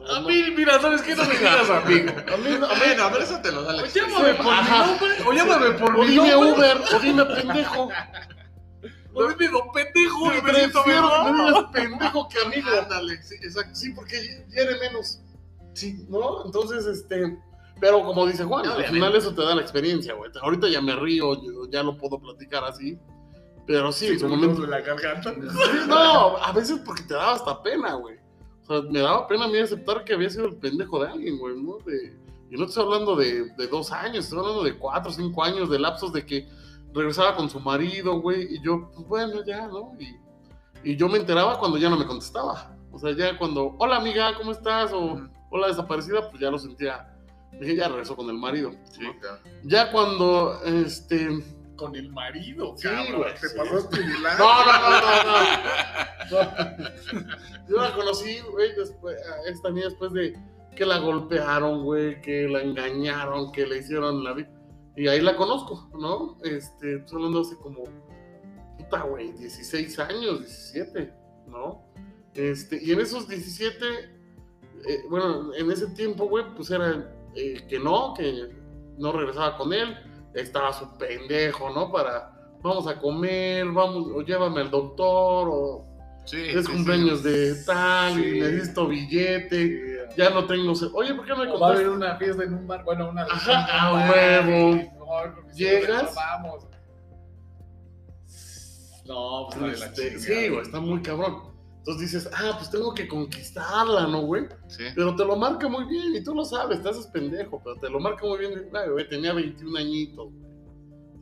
[SPEAKER 2] no,
[SPEAKER 3] A
[SPEAKER 2] no".
[SPEAKER 3] mí, mira, ¿sabes qué? No me digas amigo.
[SPEAKER 2] a mí, no, a mí,
[SPEAKER 1] Bueno, pero eso te lo da la
[SPEAKER 3] O
[SPEAKER 1] experiencia.
[SPEAKER 3] llámame por mi
[SPEAKER 2] Ajá.
[SPEAKER 3] nombre, o llámame por
[SPEAKER 2] o
[SPEAKER 3] mi
[SPEAKER 2] dime
[SPEAKER 3] nombre.
[SPEAKER 2] Uber, o dime pendejo.
[SPEAKER 3] No dime lo pendejo y me siento
[SPEAKER 2] Prefiero
[SPEAKER 3] mejor.
[SPEAKER 2] que me digas pendejo que amigo.
[SPEAKER 1] Ándale, sí, exacto.
[SPEAKER 2] Sí, porque hiere menos. Sí, ¿no? Entonces, este. Pero como dice Juan, al
[SPEAKER 1] Obviamente.
[SPEAKER 2] final eso te da la experiencia, güey. Ahorita ya me río, yo ya lo puedo platicar así. Pero sí, en su momento.
[SPEAKER 3] la garganta.
[SPEAKER 2] Sí, No, a veces porque te daba hasta pena, güey. O sea, me daba pena a mí aceptar que había sido el pendejo de alguien, güey, ¿no? De, y no te estoy hablando de, de dos años, estoy hablando de cuatro o cinco años de lapsos de que regresaba con su marido, güey, y yo, pues bueno, ya, ¿no? Y, y yo me enteraba cuando ya no me contestaba. O sea, ya cuando, hola amiga, ¿cómo estás? O
[SPEAKER 1] Mm,
[SPEAKER 2] hola desaparecida, pues ya lo sentía. Dije, ya regresó con el marido.
[SPEAKER 1] Sí,
[SPEAKER 2] ¿no?
[SPEAKER 1] claro.
[SPEAKER 2] Ya cuando, este.
[SPEAKER 3] Con el marido,
[SPEAKER 2] Sí,
[SPEAKER 3] cabrón.
[SPEAKER 2] güey,
[SPEAKER 3] Te
[SPEAKER 2] sí.
[SPEAKER 3] pasaste de
[SPEAKER 2] No, no, no,
[SPEAKER 3] lanza.
[SPEAKER 2] no, no. No. Yo la conocí, güey, después, a esta niña después de que la golpearon, güey, que la engañaron, que le hicieron la vida. Y ahí la conozco, ¿no? Este, estoy hablando hace como, puta, güey, 16 años, 17, ¿no? Este, y en esos 17, eh, bueno, en ese tiempo, güey, pues era eh, que no, que no regresaba con él, estaba su pendejo, ¿no? Para vamos a comer, vamos, o llévame al doctor, o
[SPEAKER 1] Sí,
[SPEAKER 2] es
[SPEAKER 1] sí,
[SPEAKER 2] cumpleaños
[SPEAKER 1] sí.
[SPEAKER 2] de tal,
[SPEAKER 3] Sí.
[SPEAKER 2] y necesito billete, ya no tengo... ce- Oye, ¿por qué no me
[SPEAKER 3] O va a haber
[SPEAKER 2] contaste?
[SPEAKER 3] una fiesta en un bar. Bueno, una.
[SPEAKER 2] Ajá,
[SPEAKER 3] en un
[SPEAKER 2] a
[SPEAKER 3] bar,
[SPEAKER 2] huevo.
[SPEAKER 3] y, no, con mis
[SPEAKER 2] Llegas.
[SPEAKER 3] amigos, Vamos. No, pues la de la
[SPEAKER 2] Este,
[SPEAKER 3] chica.
[SPEAKER 2] sí, güey, está muy cabrón. Entonces dices, ah, pues tengo que conquistarla, ¿no, güey?
[SPEAKER 1] Sí.
[SPEAKER 2] Pero te lo marca muy bien, y tú lo sabes, te haces pendejo, pero te lo marca muy bien. Ay, güey, tenía 21 añitos, güey.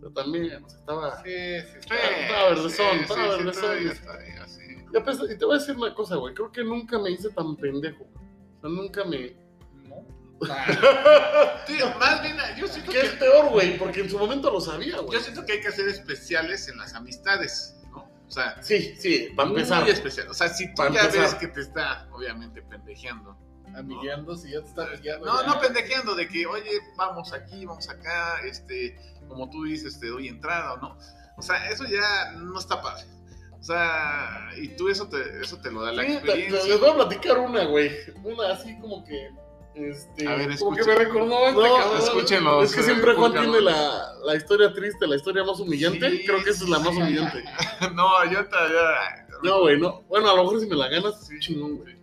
[SPEAKER 2] Pero también, o sea, estaba...
[SPEAKER 3] Sí, sí,
[SPEAKER 1] Sí,
[SPEAKER 3] sí.
[SPEAKER 2] Estaba verdezón,
[SPEAKER 1] sí,
[SPEAKER 2] estaba
[SPEAKER 1] sí,
[SPEAKER 2] verdezón.
[SPEAKER 1] todavía está ahí, así.
[SPEAKER 2] Y, a pesar- y te voy a decir una cosa, güey, creo que nunca me hice tan pendejo. O sea, nunca me...
[SPEAKER 3] No.
[SPEAKER 1] Sí, más bien, ah, yo siento
[SPEAKER 2] Que es
[SPEAKER 1] que,
[SPEAKER 2] peor, güey, porque en su momento lo sabía, güey.
[SPEAKER 1] yo siento que hay que hacer especiales en las amistades, ¿no? O sea,
[SPEAKER 2] Sí, sí, para empezar.
[SPEAKER 1] muy especial. O sea, si tú
[SPEAKER 2] Para
[SPEAKER 1] ya
[SPEAKER 2] empezar.
[SPEAKER 1] ves que te está, obviamente, pendejeando.
[SPEAKER 3] Amigueando, si ya te está amigueando.
[SPEAKER 1] No,
[SPEAKER 3] ya.
[SPEAKER 1] no pendejeando de que, oye, vamos aquí, vamos acá, este, como tú dices, te doy entrada o no. O sea, eso ya no está padre. O sea, y tú eso te, eso te lo da la
[SPEAKER 2] Sí, te- te-
[SPEAKER 1] experiencia.
[SPEAKER 2] les voy a platicar una, güey. Una así como que. Este,
[SPEAKER 1] A ver,
[SPEAKER 2] como que
[SPEAKER 1] escuchen.
[SPEAKER 2] me recordó este
[SPEAKER 1] No,
[SPEAKER 2] cabrón.
[SPEAKER 1] escúchenlo,
[SPEAKER 2] Es que
[SPEAKER 1] se-
[SPEAKER 2] siempre Juan
[SPEAKER 1] escúchenlo.
[SPEAKER 2] tiene la, la historia triste, la historia más humillante.
[SPEAKER 1] Sí,
[SPEAKER 2] Creo que esa es la más
[SPEAKER 1] sí.
[SPEAKER 2] humillante.
[SPEAKER 1] No, yo te. yo-
[SPEAKER 2] No, güey, no. Bueno, a lo mejor si me la ganas, sí, chingón, güey.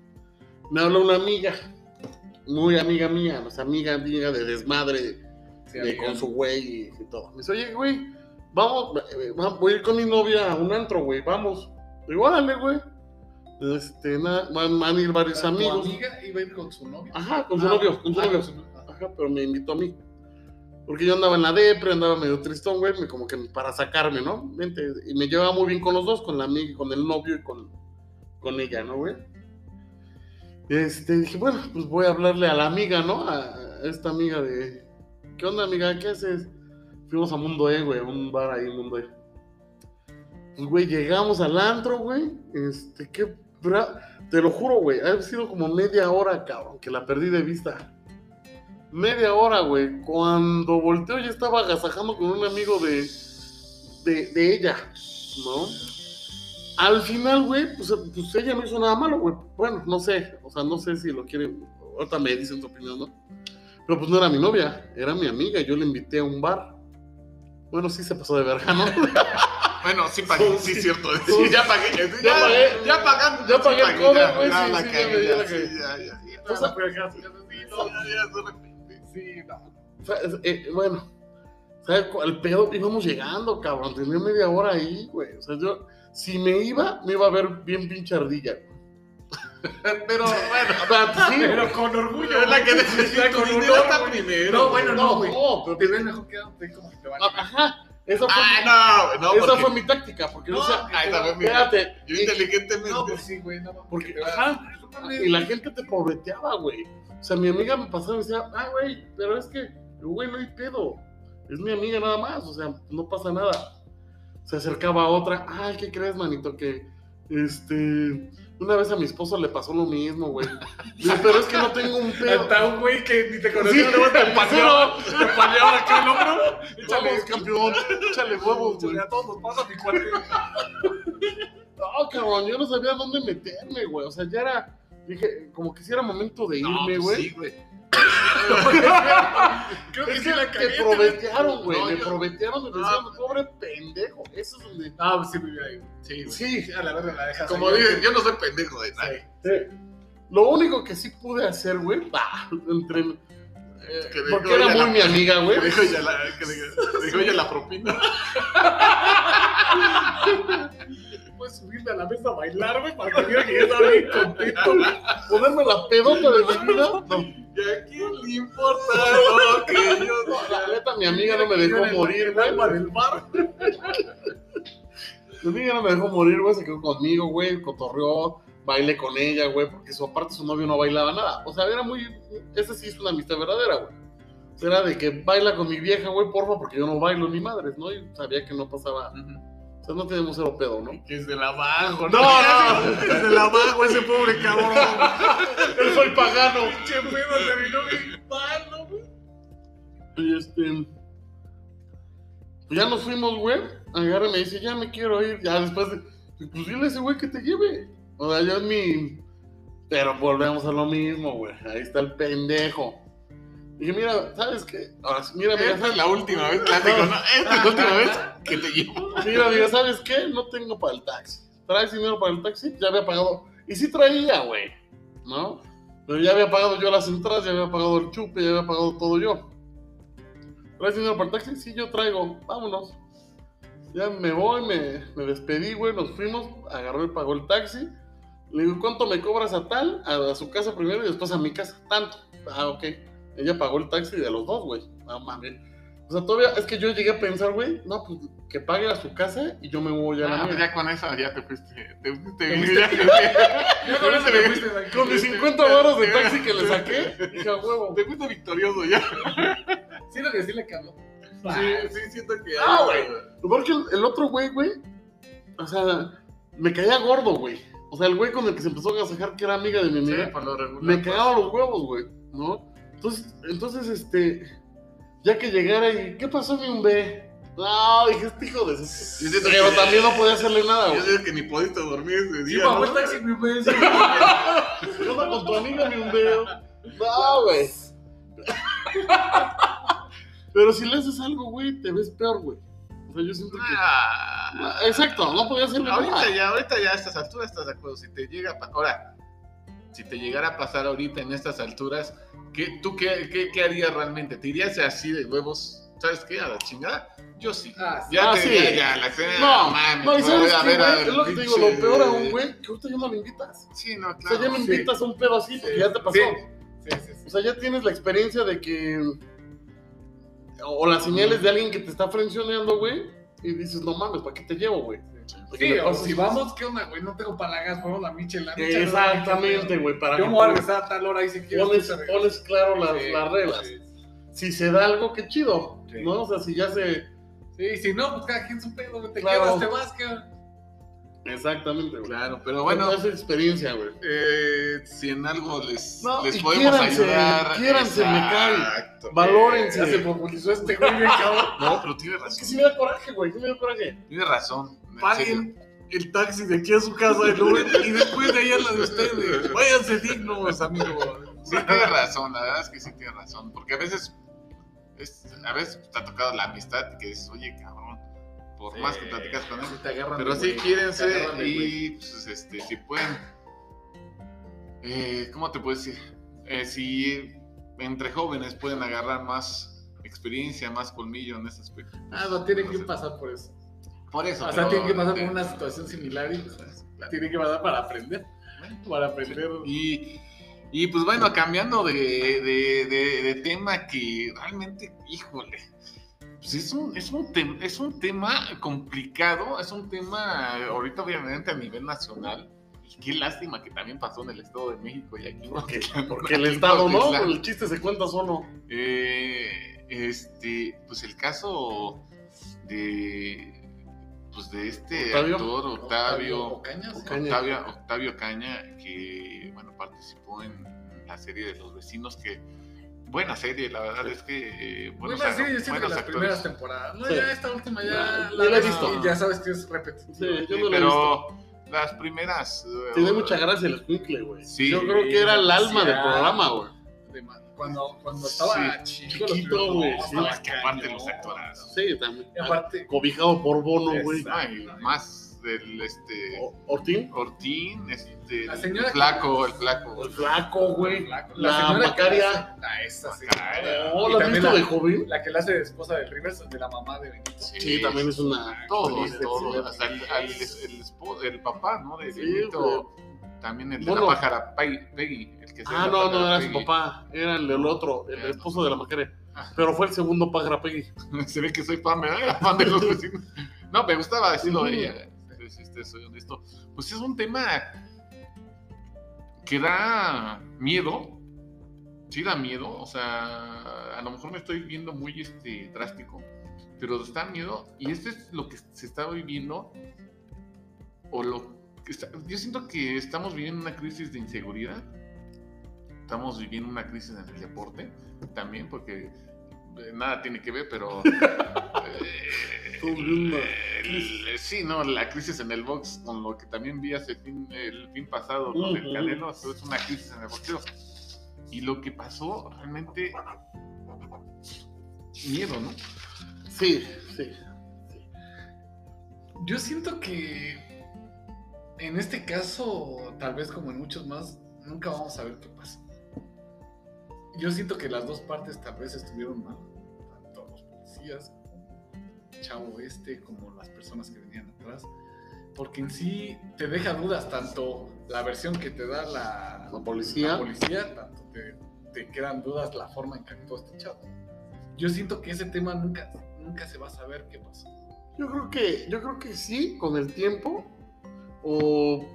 [SPEAKER 2] Me habló una amiga, muy amiga mía, o sea, amiga, amiga de desmadre,
[SPEAKER 3] Sí,
[SPEAKER 2] de-
[SPEAKER 3] amigueando.
[SPEAKER 2] con su güey y, y todo. Me dice, oye, güey, vamos, eh, va- voy a ir con mi novia a un antro, güey, vamos. Digo, órale, güey. Este, nada, van, van a ir varios
[SPEAKER 3] Tu
[SPEAKER 2] amigos.
[SPEAKER 3] amiga iba a ir con su novio.
[SPEAKER 2] Ajá, con su
[SPEAKER 3] Ah,
[SPEAKER 2] novio, con su
[SPEAKER 3] ah,
[SPEAKER 2] novio.
[SPEAKER 3] ah.
[SPEAKER 2] Ajá, pero me invitó a mí. Porque yo andaba en la depre, andaba medio tristón, güey, me- como que para sacarme, ¿no? Vente, Y me llevaba muy bien con los dos, con la amiga, y con el novio y con, con ella, ¿no, güey? Este, dije, bueno, pues voy a hablarle a la amiga, ¿no? A, a esta amiga de, ¿qué onda, amiga? ¿Qué haces? Fuimos a Mundo E, güey, a un bar ahí, en Mundo E. Pues, güey, llegamos al antro, güey. Este, qué... bra- Te lo juro, güey, ha sido como media hora, cabrón, que la perdí de vista. Media hora, güey. Cuando volteo ya estaba agasajando con un amigo de, de, de ella, ¿no? Al final, güey, pues, pues ella no hizo nada malo, güey. Bueno, no sé, o sea, no sé si lo quieren. Ahorita me dicen su opinión, ¿no? Pero pues no era mi novia, era mi amiga. Yo la invité a un bar. Bueno, sí se pasó de verga, ¿no?
[SPEAKER 1] Bueno, sí pagué, sí,
[SPEAKER 2] Sí.
[SPEAKER 1] es cierto.
[SPEAKER 2] Sí.
[SPEAKER 1] Sí, ya pagué. Ya, ya
[SPEAKER 2] pagué.
[SPEAKER 1] pagué. Ya pagando.
[SPEAKER 2] Ya
[SPEAKER 1] sí
[SPEAKER 2] pagué el
[SPEAKER 1] pagué,
[SPEAKER 2] cover,
[SPEAKER 1] ya,
[SPEAKER 2] güey,
[SPEAKER 1] ya
[SPEAKER 2] sí,
[SPEAKER 1] la
[SPEAKER 2] sí, ya
[SPEAKER 1] cagué,
[SPEAKER 2] me- ya
[SPEAKER 1] ya,
[SPEAKER 2] la cagué.
[SPEAKER 1] sí, ya, ya, ya.
[SPEAKER 2] O sea, pues, fue acá.
[SPEAKER 3] Sí, no,
[SPEAKER 1] No, ya, solo-
[SPEAKER 3] sí, no.
[SPEAKER 2] Fa- eh, bueno, ¿sabes cuál pedo? Íbamos llegando, cabrón. Tenía media hora ahí, güey. O sea, yo, si me iba, me iba a ver bien pinche ardilla. güey.
[SPEAKER 1] Pero bueno.
[SPEAKER 2] O sea, sí, güey.
[SPEAKER 3] Pero con orgullo.
[SPEAKER 1] Es la que
[SPEAKER 3] güey.
[SPEAKER 1] necesita
[SPEAKER 3] Tu
[SPEAKER 1] con
[SPEAKER 3] dinero
[SPEAKER 1] honor,
[SPEAKER 3] está
[SPEAKER 1] güey.
[SPEAKER 3] primero.
[SPEAKER 1] No, bueno, no,
[SPEAKER 2] no,
[SPEAKER 1] güey.
[SPEAKER 2] pero-
[SPEAKER 3] Te ves mejor quedado, te ves como que te van a...
[SPEAKER 2] Ajá. Esa fue, mi-
[SPEAKER 1] Ah, no, no,
[SPEAKER 2] esa
[SPEAKER 1] porque
[SPEAKER 2] fue mi táctica, porque
[SPEAKER 1] No,
[SPEAKER 2] o sea,
[SPEAKER 1] ahí está, güey, mira.
[SPEAKER 2] espérate.
[SPEAKER 1] yo
[SPEAKER 2] y-
[SPEAKER 1] inteligentemente.
[SPEAKER 3] No, pues sí, güey, no.
[SPEAKER 2] Porque,
[SPEAKER 3] te vas-
[SPEAKER 2] ajá, y la gente te pobreteaba, güey. O sea, mi amiga me pasaba y me decía, ah, güey, pero es que, güey, no hay pedo. Es mi amiga nada más, o sea, no pasa nada. Se acercaba a otra, ay, ¿qué crees, manito? Que, este, una vez a mi esposo le pasó lo mismo, güey. Le dije, pero es que no tengo un pedo.
[SPEAKER 3] Está un güey que ni te conocía,
[SPEAKER 2] Sí.
[SPEAKER 3] luego te pateaba, te pateaba acá el hombro.
[SPEAKER 2] Vamos, campeón, échale huevos, güey.
[SPEAKER 3] Échale A todos nos pasa, mi cuate.
[SPEAKER 2] No, cabrón, yo no sabía dónde meterme, güey. O sea, ya era, dije, como que si era momento de
[SPEAKER 1] No, pues
[SPEAKER 2] irme, güey.
[SPEAKER 1] sí, güey.
[SPEAKER 3] Creo que
[SPEAKER 2] Es
[SPEAKER 3] sí
[SPEAKER 2] que
[SPEAKER 3] la cagué.
[SPEAKER 2] te probetearon, güey.
[SPEAKER 1] No,
[SPEAKER 2] me
[SPEAKER 1] yo- Ah,
[SPEAKER 2] probetearon, me
[SPEAKER 1] No.
[SPEAKER 2] decían, pobre pendejo. Eso es donde.
[SPEAKER 3] Ah, pues sí, vive ahí. Sí, güey.
[SPEAKER 2] Sí,
[SPEAKER 3] a la verga la dejas.
[SPEAKER 1] Como
[SPEAKER 3] ahí,
[SPEAKER 1] dicen, yo no soy pendejo de nada.
[SPEAKER 3] güey. Sí.
[SPEAKER 2] Sí. Lo único que sí pude hacer, güey, bah, entre. eh,
[SPEAKER 1] Que
[SPEAKER 2] porque
[SPEAKER 1] digo,
[SPEAKER 2] era
[SPEAKER 1] ya
[SPEAKER 2] muy
[SPEAKER 1] la-
[SPEAKER 2] mi amiga, güey.
[SPEAKER 1] Que dijo ella la, que dijo- dijo ella la propina.
[SPEAKER 3] Puedes subirme a la mesa a bailar, güey, para que vean que yo estaba bien contento.
[SPEAKER 2] Ponerme la pedota de mi vida. No,
[SPEAKER 1] ¿Y a quién le importa lo que yo
[SPEAKER 2] no, la neta, mi amiga no me dejó morir,
[SPEAKER 3] El
[SPEAKER 2] güey.
[SPEAKER 3] alma del mar.
[SPEAKER 2] Mi amiga no me dejó morir, güey. Se quedó conmigo, güey. Cotorreó, bailé con ella, güey. Porque su, aparte su novio no bailaba nada. O sea, era muy. Esa sí es una amistad verdadera, güey. O sea, Era de que baila con mi vieja, güey, porfa, porque yo no bailo ni madres, ¿no? Y sabía que no pasaba. O sea, no teníamos cero pedo, ¿no?
[SPEAKER 1] Que es de la bajo,
[SPEAKER 2] No, no.
[SPEAKER 1] Es de la bajo ese pobre cabrón.
[SPEAKER 2] Él fue el pagano.
[SPEAKER 3] Che, pedo, terminó bien malo, güey.
[SPEAKER 2] Y este. Pues ya nos fuimos, güey. Agarra y me dice, ya me quiero ir. Ya después de. Pues dile a ese güey que te lleve. O sea, yo en mi. Pero volvemos a lo mismo, güey. Ahí está el pendejo. Dije, mira, ¿sabes qué? Ahora sí, mira, mira,
[SPEAKER 1] Esta es la última vez, clásico, ¿no? Esta es la última vez que te llevo.
[SPEAKER 2] mira, mira, ¿sabes qué? No tengo para el taxi. ¿Traes dinero para el taxi? Ya había pagado. Y sí traía, güey. ¿No? Pero ya había pagado yo las entradas, ya había pagado el chupe, ya había pagado todo yo. ¿Traes dinero para el taxi? Sí, yo traigo. Vámonos. Ya me voy, me, me despedí, güey. Nos fuimos. Agarró y pagó el taxi. Le digo, ¿cuánto me cobras a tal? A, a su casa primero y después a mi casa. Tanto. Ah, ok. Ella pagó el taxi de los dos, güey. No mames. O sea, todavía es que yo llegué a pensar, güey, no, pues que pague a su casa y yo me voy a la
[SPEAKER 1] Ah,
[SPEAKER 2] mía.
[SPEAKER 1] pues ya con eso ya te fuiste. Te fuiste
[SPEAKER 2] Te
[SPEAKER 1] bien.
[SPEAKER 2] fuiste
[SPEAKER 3] Yo con eso te fuiste de aquí.
[SPEAKER 2] Con mis 50 baros de taxi que le saqué, dije, a huevo.
[SPEAKER 1] Te fuiste victorioso ya.
[SPEAKER 3] Siento que sí le cagó.
[SPEAKER 1] Sí, sí, siento que.
[SPEAKER 2] Ah, güey. Lo peor que el, el otro güey, güey, o sea, me caía gordo, güey. O sea, el güey con el que se empezó a agasajar, que era amiga de mi
[SPEAKER 1] Sí,
[SPEAKER 2] amiga,
[SPEAKER 1] por lo regular.
[SPEAKER 2] ¿Eh? me cagaba los huevos, güey, ¿no? Entonces, entonces, este, ya que llegara y, ¿qué pasó, mi umbe? No, dije, este hijo de... su-
[SPEAKER 1] Yo siento
[SPEAKER 2] Pero
[SPEAKER 1] que-
[SPEAKER 2] también no podía hacerle nada,
[SPEAKER 1] Yo
[SPEAKER 2] güey.
[SPEAKER 1] sé que ni pudiste dormir ese
[SPEAKER 3] Sí,
[SPEAKER 1] día.
[SPEAKER 3] mamá,
[SPEAKER 1] ¿no?
[SPEAKER 3] el taxi me fue
[SPEAKER 2] ¿Qué onda con tu amiga, mi humbeo? No, güey. Pero si le haces algo, güey, te ves peor, güey. O sea, yo siento que...
[SPEAKER 1] Ah.
[SPEAKER 2] Ah, Exacto, no podía hacerle
[SPEAKER 1] Ahorita
[SPEAKER 2] nada.
[SPEAKER 1] ya, ahorita ya a estas alturas estás de acuerdo. Si te llega a pa- ahora, si te llegara a pasar ahorita en estas alturas, ¿qué, ¿tú qué, qué, qué harías realmente? ¿Te irías así de huevos? ¿Sabes qué? A la chingada. Yo sí.
[SPEAKER 3] Ah, sí.
[SPEAKER 1] Ya
[SPEAKER 2] Ah,
[SPEAKER 1] te
[SPEAKER 2] sí.
[SPEAKER 1] ya, ya, la cena.
[SPEAKER 2] No,
[SPEAKER 1] mames,
[SPEAKER 2] no, y
[SPEAKER 1] voy a
[SPEAKER 2] sabes qué,
[SPEAKER 1] ver
[SPEAKER 2] güey,
[SPEAKER 1] al
[SPEAKER 2] es lo que te digo,
[SPEAKER 1] pinche-
[SPEAKER 2] lo peor aún, güey, que ahorita ya no me invitas.
[SPEAKER 1] Sí, no,
[SPEAKER 2] O sea, ya
[SPEAKER 1] claro.
[SPEAKER 2] me
[SPEAKER 3] sí.
[SPEAKER 2] invitas a un pedo así, porque ya te pasó.
[SPEAKER 3] Sí, sí, sí.
[SPEAKER 2] O sea, ya tienes la experiencia de que... O las señales de alguien que te está frencionando, güey, y dices, no mames, ¿para qué te llevo, güey? Porque
[SPEAKER 3] Sí,
[SPEAKER 2] me
[SPEAKER 3] o
[SPEAKER 2] pasas-
[SPEAKER 3] si vamos, ¿qué onda, güey? No tengo palagas, vamos a la michela.
[SPEAKER 2] Exactamente, güey, para
[SPEAKER 3] Yo
[SPEAKER 2] que
[SPEAKER 3] me voy a
[SPEAKER 2] tú-
[SPEAKER 3] regresar a tal hora y si quieres.
[SPEAKER 2] pones,
[SPEAKER 3] tú te regresas.
[SPEAKER 2] pones claro las,
[SPEAKER 3] Sí,
[SPEAKER 2] las reglas.
[SPEAKER 3] sí.
[SPEAKER 2] Si se da algo, qué chido,
[SPEAKER 3] Sí.
[SPEAKER 2] ¿no? O sea, si ya se...
[SPEAKER 3] Sí, si no, pues cada quien su pedo, güey. Te
[SPEAKER 2] Claro.
[SPEAKER 3] quedas, te vas, cabrón.
[SPEAKER 2] Exactamente, güey.
[SPEAKER 1] Claro, pero
[SPEAKER 2] Bueno,
[SPEAKER 1] bueno,
[SPEAKER 2] es experiencia, güey.
[SPEAKER 1] eh, si en algo les,
[SPEAKER 2] No,
[SPEAKER 1] les
[SPEAKER 2] y
[SPEAKER 1] podemos
[SPEAKER 2] quiéranse,
[SPEAKER 1] ayudar.
[SPEAKER 2] quiéranse, me cae.
[SPEAKER 1] Exacto.
[SPEAKER 2] Valórense.
[SPEAKER 3] Ya se popularizó este güey, bien cabrón.
[SPEAKER 1] No, pero tiene
[SPEAKER 2] Es que
[SPEAKER 1] razón.
[SPEAKER 2] sí me da coraje, güey, sí me da coraje.
[SPEAKER 1] Tiene razón. en serio.
[SPEAKER 3] Paguen el taxi de aquí a su casa de Uber y después de ahí a la de ustedes. Váyanse dignos, amigos.
[SPEAKER 1] Sí, tiene razón, la verdad es que sí tiene razón, porque a veces, es- a veces te ha tocado la amistad y que dices, oye, cabrón, por más que platicas con él,
[SPEAKER 3] te agarran.
[SPEAKER 1] pero
[SPEAKER 3] de
[SPEAKER 1] sí,
[SPEAKER 3] güey, te
[SPEAKER 1] quídense
[SPEAKER 3] agarran de güey.
[SPEAKER 1] y pues, este, si pueden, eh, ¿cómo te puedo decir? Eh, si entre jóvenes pueden agarrar más experiencia, más colmillo en ese aspecto. pues,
[SPEAKER 3] Ah, no, tienen que pasar por eso.
[SPEAKER 1] Por eso.
[SPEAKER 3] O sea,
[SPEAKER 1] pero-
[SPEAKER 3] tienen que pasar por una situación similar y pues, tienen que pasar para aprender. Para aprender.
[SPEAKER 1] Y, y, pues bueno, cambiando de, de- de- de tema que realmente, híjole, pues es un, es, un tem- es un tema complicado, es un tema eh, ahorita obviamente a nivel nacional. Y qué lástima que también pasó en el Estado de México y aquí en Cuautitlán.
[SPEAKER 2] Porque el
[SPEAKER 1] Aquí en
[SPEAKER 2] Estado, ¿no?
[SPEAKER 1] Cuautitlán.
[SPEAKER 2] El chiste se cuenta solo.
[SPEAKER 1] Eh, este, pues el caso de, pues de este
[SPEAKER 2] Octavio.
[SPEAKER 1] actor Octavio
[SPEAKER 3] Ocaña, sí.
[SPEAKER 2] Ocaña.
[SPEAKER 1] Octavio, Octavio Caña, que bueno, participó en la serie de Los Vecinos, que buena serie, la verdad es que eh, buenos,
[SPEAKER 3] Bueno, sí, yo
[SPEAKER 1] ac-
[SPEAKER 3] siento que
[SPEAKER 1] buenos
[SPEAKER 3] las primeras
[SPEAKER 1] actores.
[SPEAKER 3] temporadas. No,
[SPEAKER 2] Sí.
[SPEAKER 3] ya esta última ya
[SPEAKER 2] Ya, ya la he
[SPEAKER 3] ves
[SPEAKER 1] visto.
[SPEAKER 3] Y ya sabes que es repetitiva.
[SPEAKER 2] Sí,
[SPEAKER 1] Sí,
[SPEAKER 2] yo no lo he visto.
[SPEAKER 1] pero las primeras. eh,
[SPEAKER 2] Tiene mucha gracia el escuincle, güey.
[SPEAKER 1] Sí.
[SPEAKER 2] Yo creo que era el alma del
[SPEAKER 3] Sí. ah.
[SPEAKER 2] programa, güey.
[SPEAKER 3] de ma- cuando, cuando estaba chico, los
[SPEAKER 2] chiquito,
[SPEAKER 3] primeros-
[SPEAKER 2] güey,
[SPEAKER 3] no,
[SPEAKER 2] sí,
[SPEAKER 3] estaba
[SPEAKER 1] es que aparte
[SPEAKER 3] cañón.
[SPEAKER 1] los actorazos.
[SPEAKER 2] Sí, también.
[SPEAKER 3] Y aparte,
[SPEAKER 2] Cobijado por Bono, güey.
[SPEAKER 3] Exacto.
[SPEAKER 1] Ay, más del este.
[SPEAKER 2] O- Ortín.
[SPEAKER 1] Ortín, este.
[SPEAKER 3] La señora
[SPEAKER 1] el flaco,
[SPEAKER 3] que-
[SPEAKER 1] el flaco.
[SPEAKER 2] El flaco, güey.
[SPEAKER 3] la,
[SPEAKER 2] la
[SPEAKER 3] señora que
[SPEAKER 2] Macaria.
[SPEAKER 3] la hace- Ah, esa sí.
[SPEAKER 1] Macaria.
[SPEAKER 2] Oh,
[SPEAKER 3] Y
[SPEAKER 2] ¿la has
[SPEAKER 3] también
[SPEAKER 2] visto de
[SPEAKER 3] la-
[SPEAKER 2] joven?
[SPEAKER 3] La que la hace de esposa de Rivers, de la mamá de Benito.
[SPEAKER 2] Sí, también es una.
[SPEAKER 1] Todos,
[SPEAKER 2] actriz,
[SPEAKER 1] todos.
[SPEAKER 2] etcétera.
[SPEAKER 1] Hasta el, al- el espo- el papá, ¿no? De
[SPEAKER 2] Sí,
[SPEAKER 1] Benito. También el de
[SPEAKER 2] Bueno.
[SPEAKER 1] la pájara Pe- Peggy. El que se la
[SPEAKER 2] Ah, no,
[SPEAKER 1] pájara
[SPEAKER 2] no era su
[SPEAKER 1] Peggy.
[SPEAKER 2] papá. Era el, el otro, el
[SPEAKER 1] Ya, no.
[SPEAKER 2] esposo de la macaria.
[SPEAKER 1] Ah.
[SPEAKER 2] Pero fue el segundo pájaro Peggy.
[SPEAKER 1] se ve que soy fan, ¿verdad? Era fan de los vecinos. No, me gustaba decirlo de
[SPEAKER 2] Sí.
[SPEAKER 1] ella. Entonces, este, soy honesto. Pues es un tema que da miedo. Sí da miedo. O sea, a lo mejor me estoy viendo muy este, drástico. Pero da miedo. Y esto es lo que se está viviendo. O lo que está- Yo siento que estamos viviendo una crisis de inseguridad. Estamos viviendo una crisis en el deporte también, porque eh, nada tiene que ver, pero. eh,
[SPEAKER 2] Todo bien, ma.
[SPEAKER 1] el- el- sí, no, la crisis en el box, con lo que también vi hace fin, el fin pasado, con el
[SPEAKER 2] Ujú.
[SPEAKER 1] Canelo, eso es una crisis en el boxeo. Y lo que pasó realmente. Miedo, ¿no?
[SPEAKER 2] Sí, sí.
[SPEAKER 3] Yo siento que en este caso, tal vez como en muchos más, nunca vamos a ver qué pasa. Yo siento que las dos partes tal vez estuvieron mal, tanto los policías, como el chavo este, como las personas que venían atrás, porque en sí te deja dudas tanto la versión que te da la,
[SPEAKER 2] La policía.
[SPEAKER 3] la policía, tanto te, te quedan dudas la forma en que actuó este chavo. Yo siento que ese tema nunca, nunca se va a saber qué pasó.
[SPEAKER 2] Yo creo que, yo creo que sí, con el tiempo. O.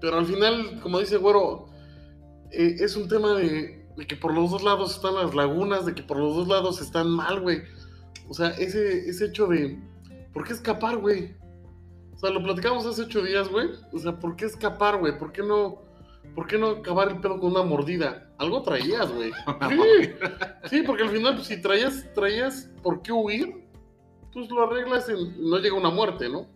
[SPEAKER 2] Pero al final, como dice Güero, eh, es un tema de, de que por los dos lados están las lagunas, de que por los dos lados están mal, güey. O sea, ese, ese hecho de. ¿Por qué escapar, güey? O sea, lo platicamos hace ocho días, güey. O sea, ¿por qué escapar, güey? ¿Por qué no.? ¿Por qué no acabar el pedo con una mordida? Algo traías, güey. Sí, sí, porque al final, pues, si traías, traías por qué huir, pues lo arreglas en, no llega una muerte, ¿no?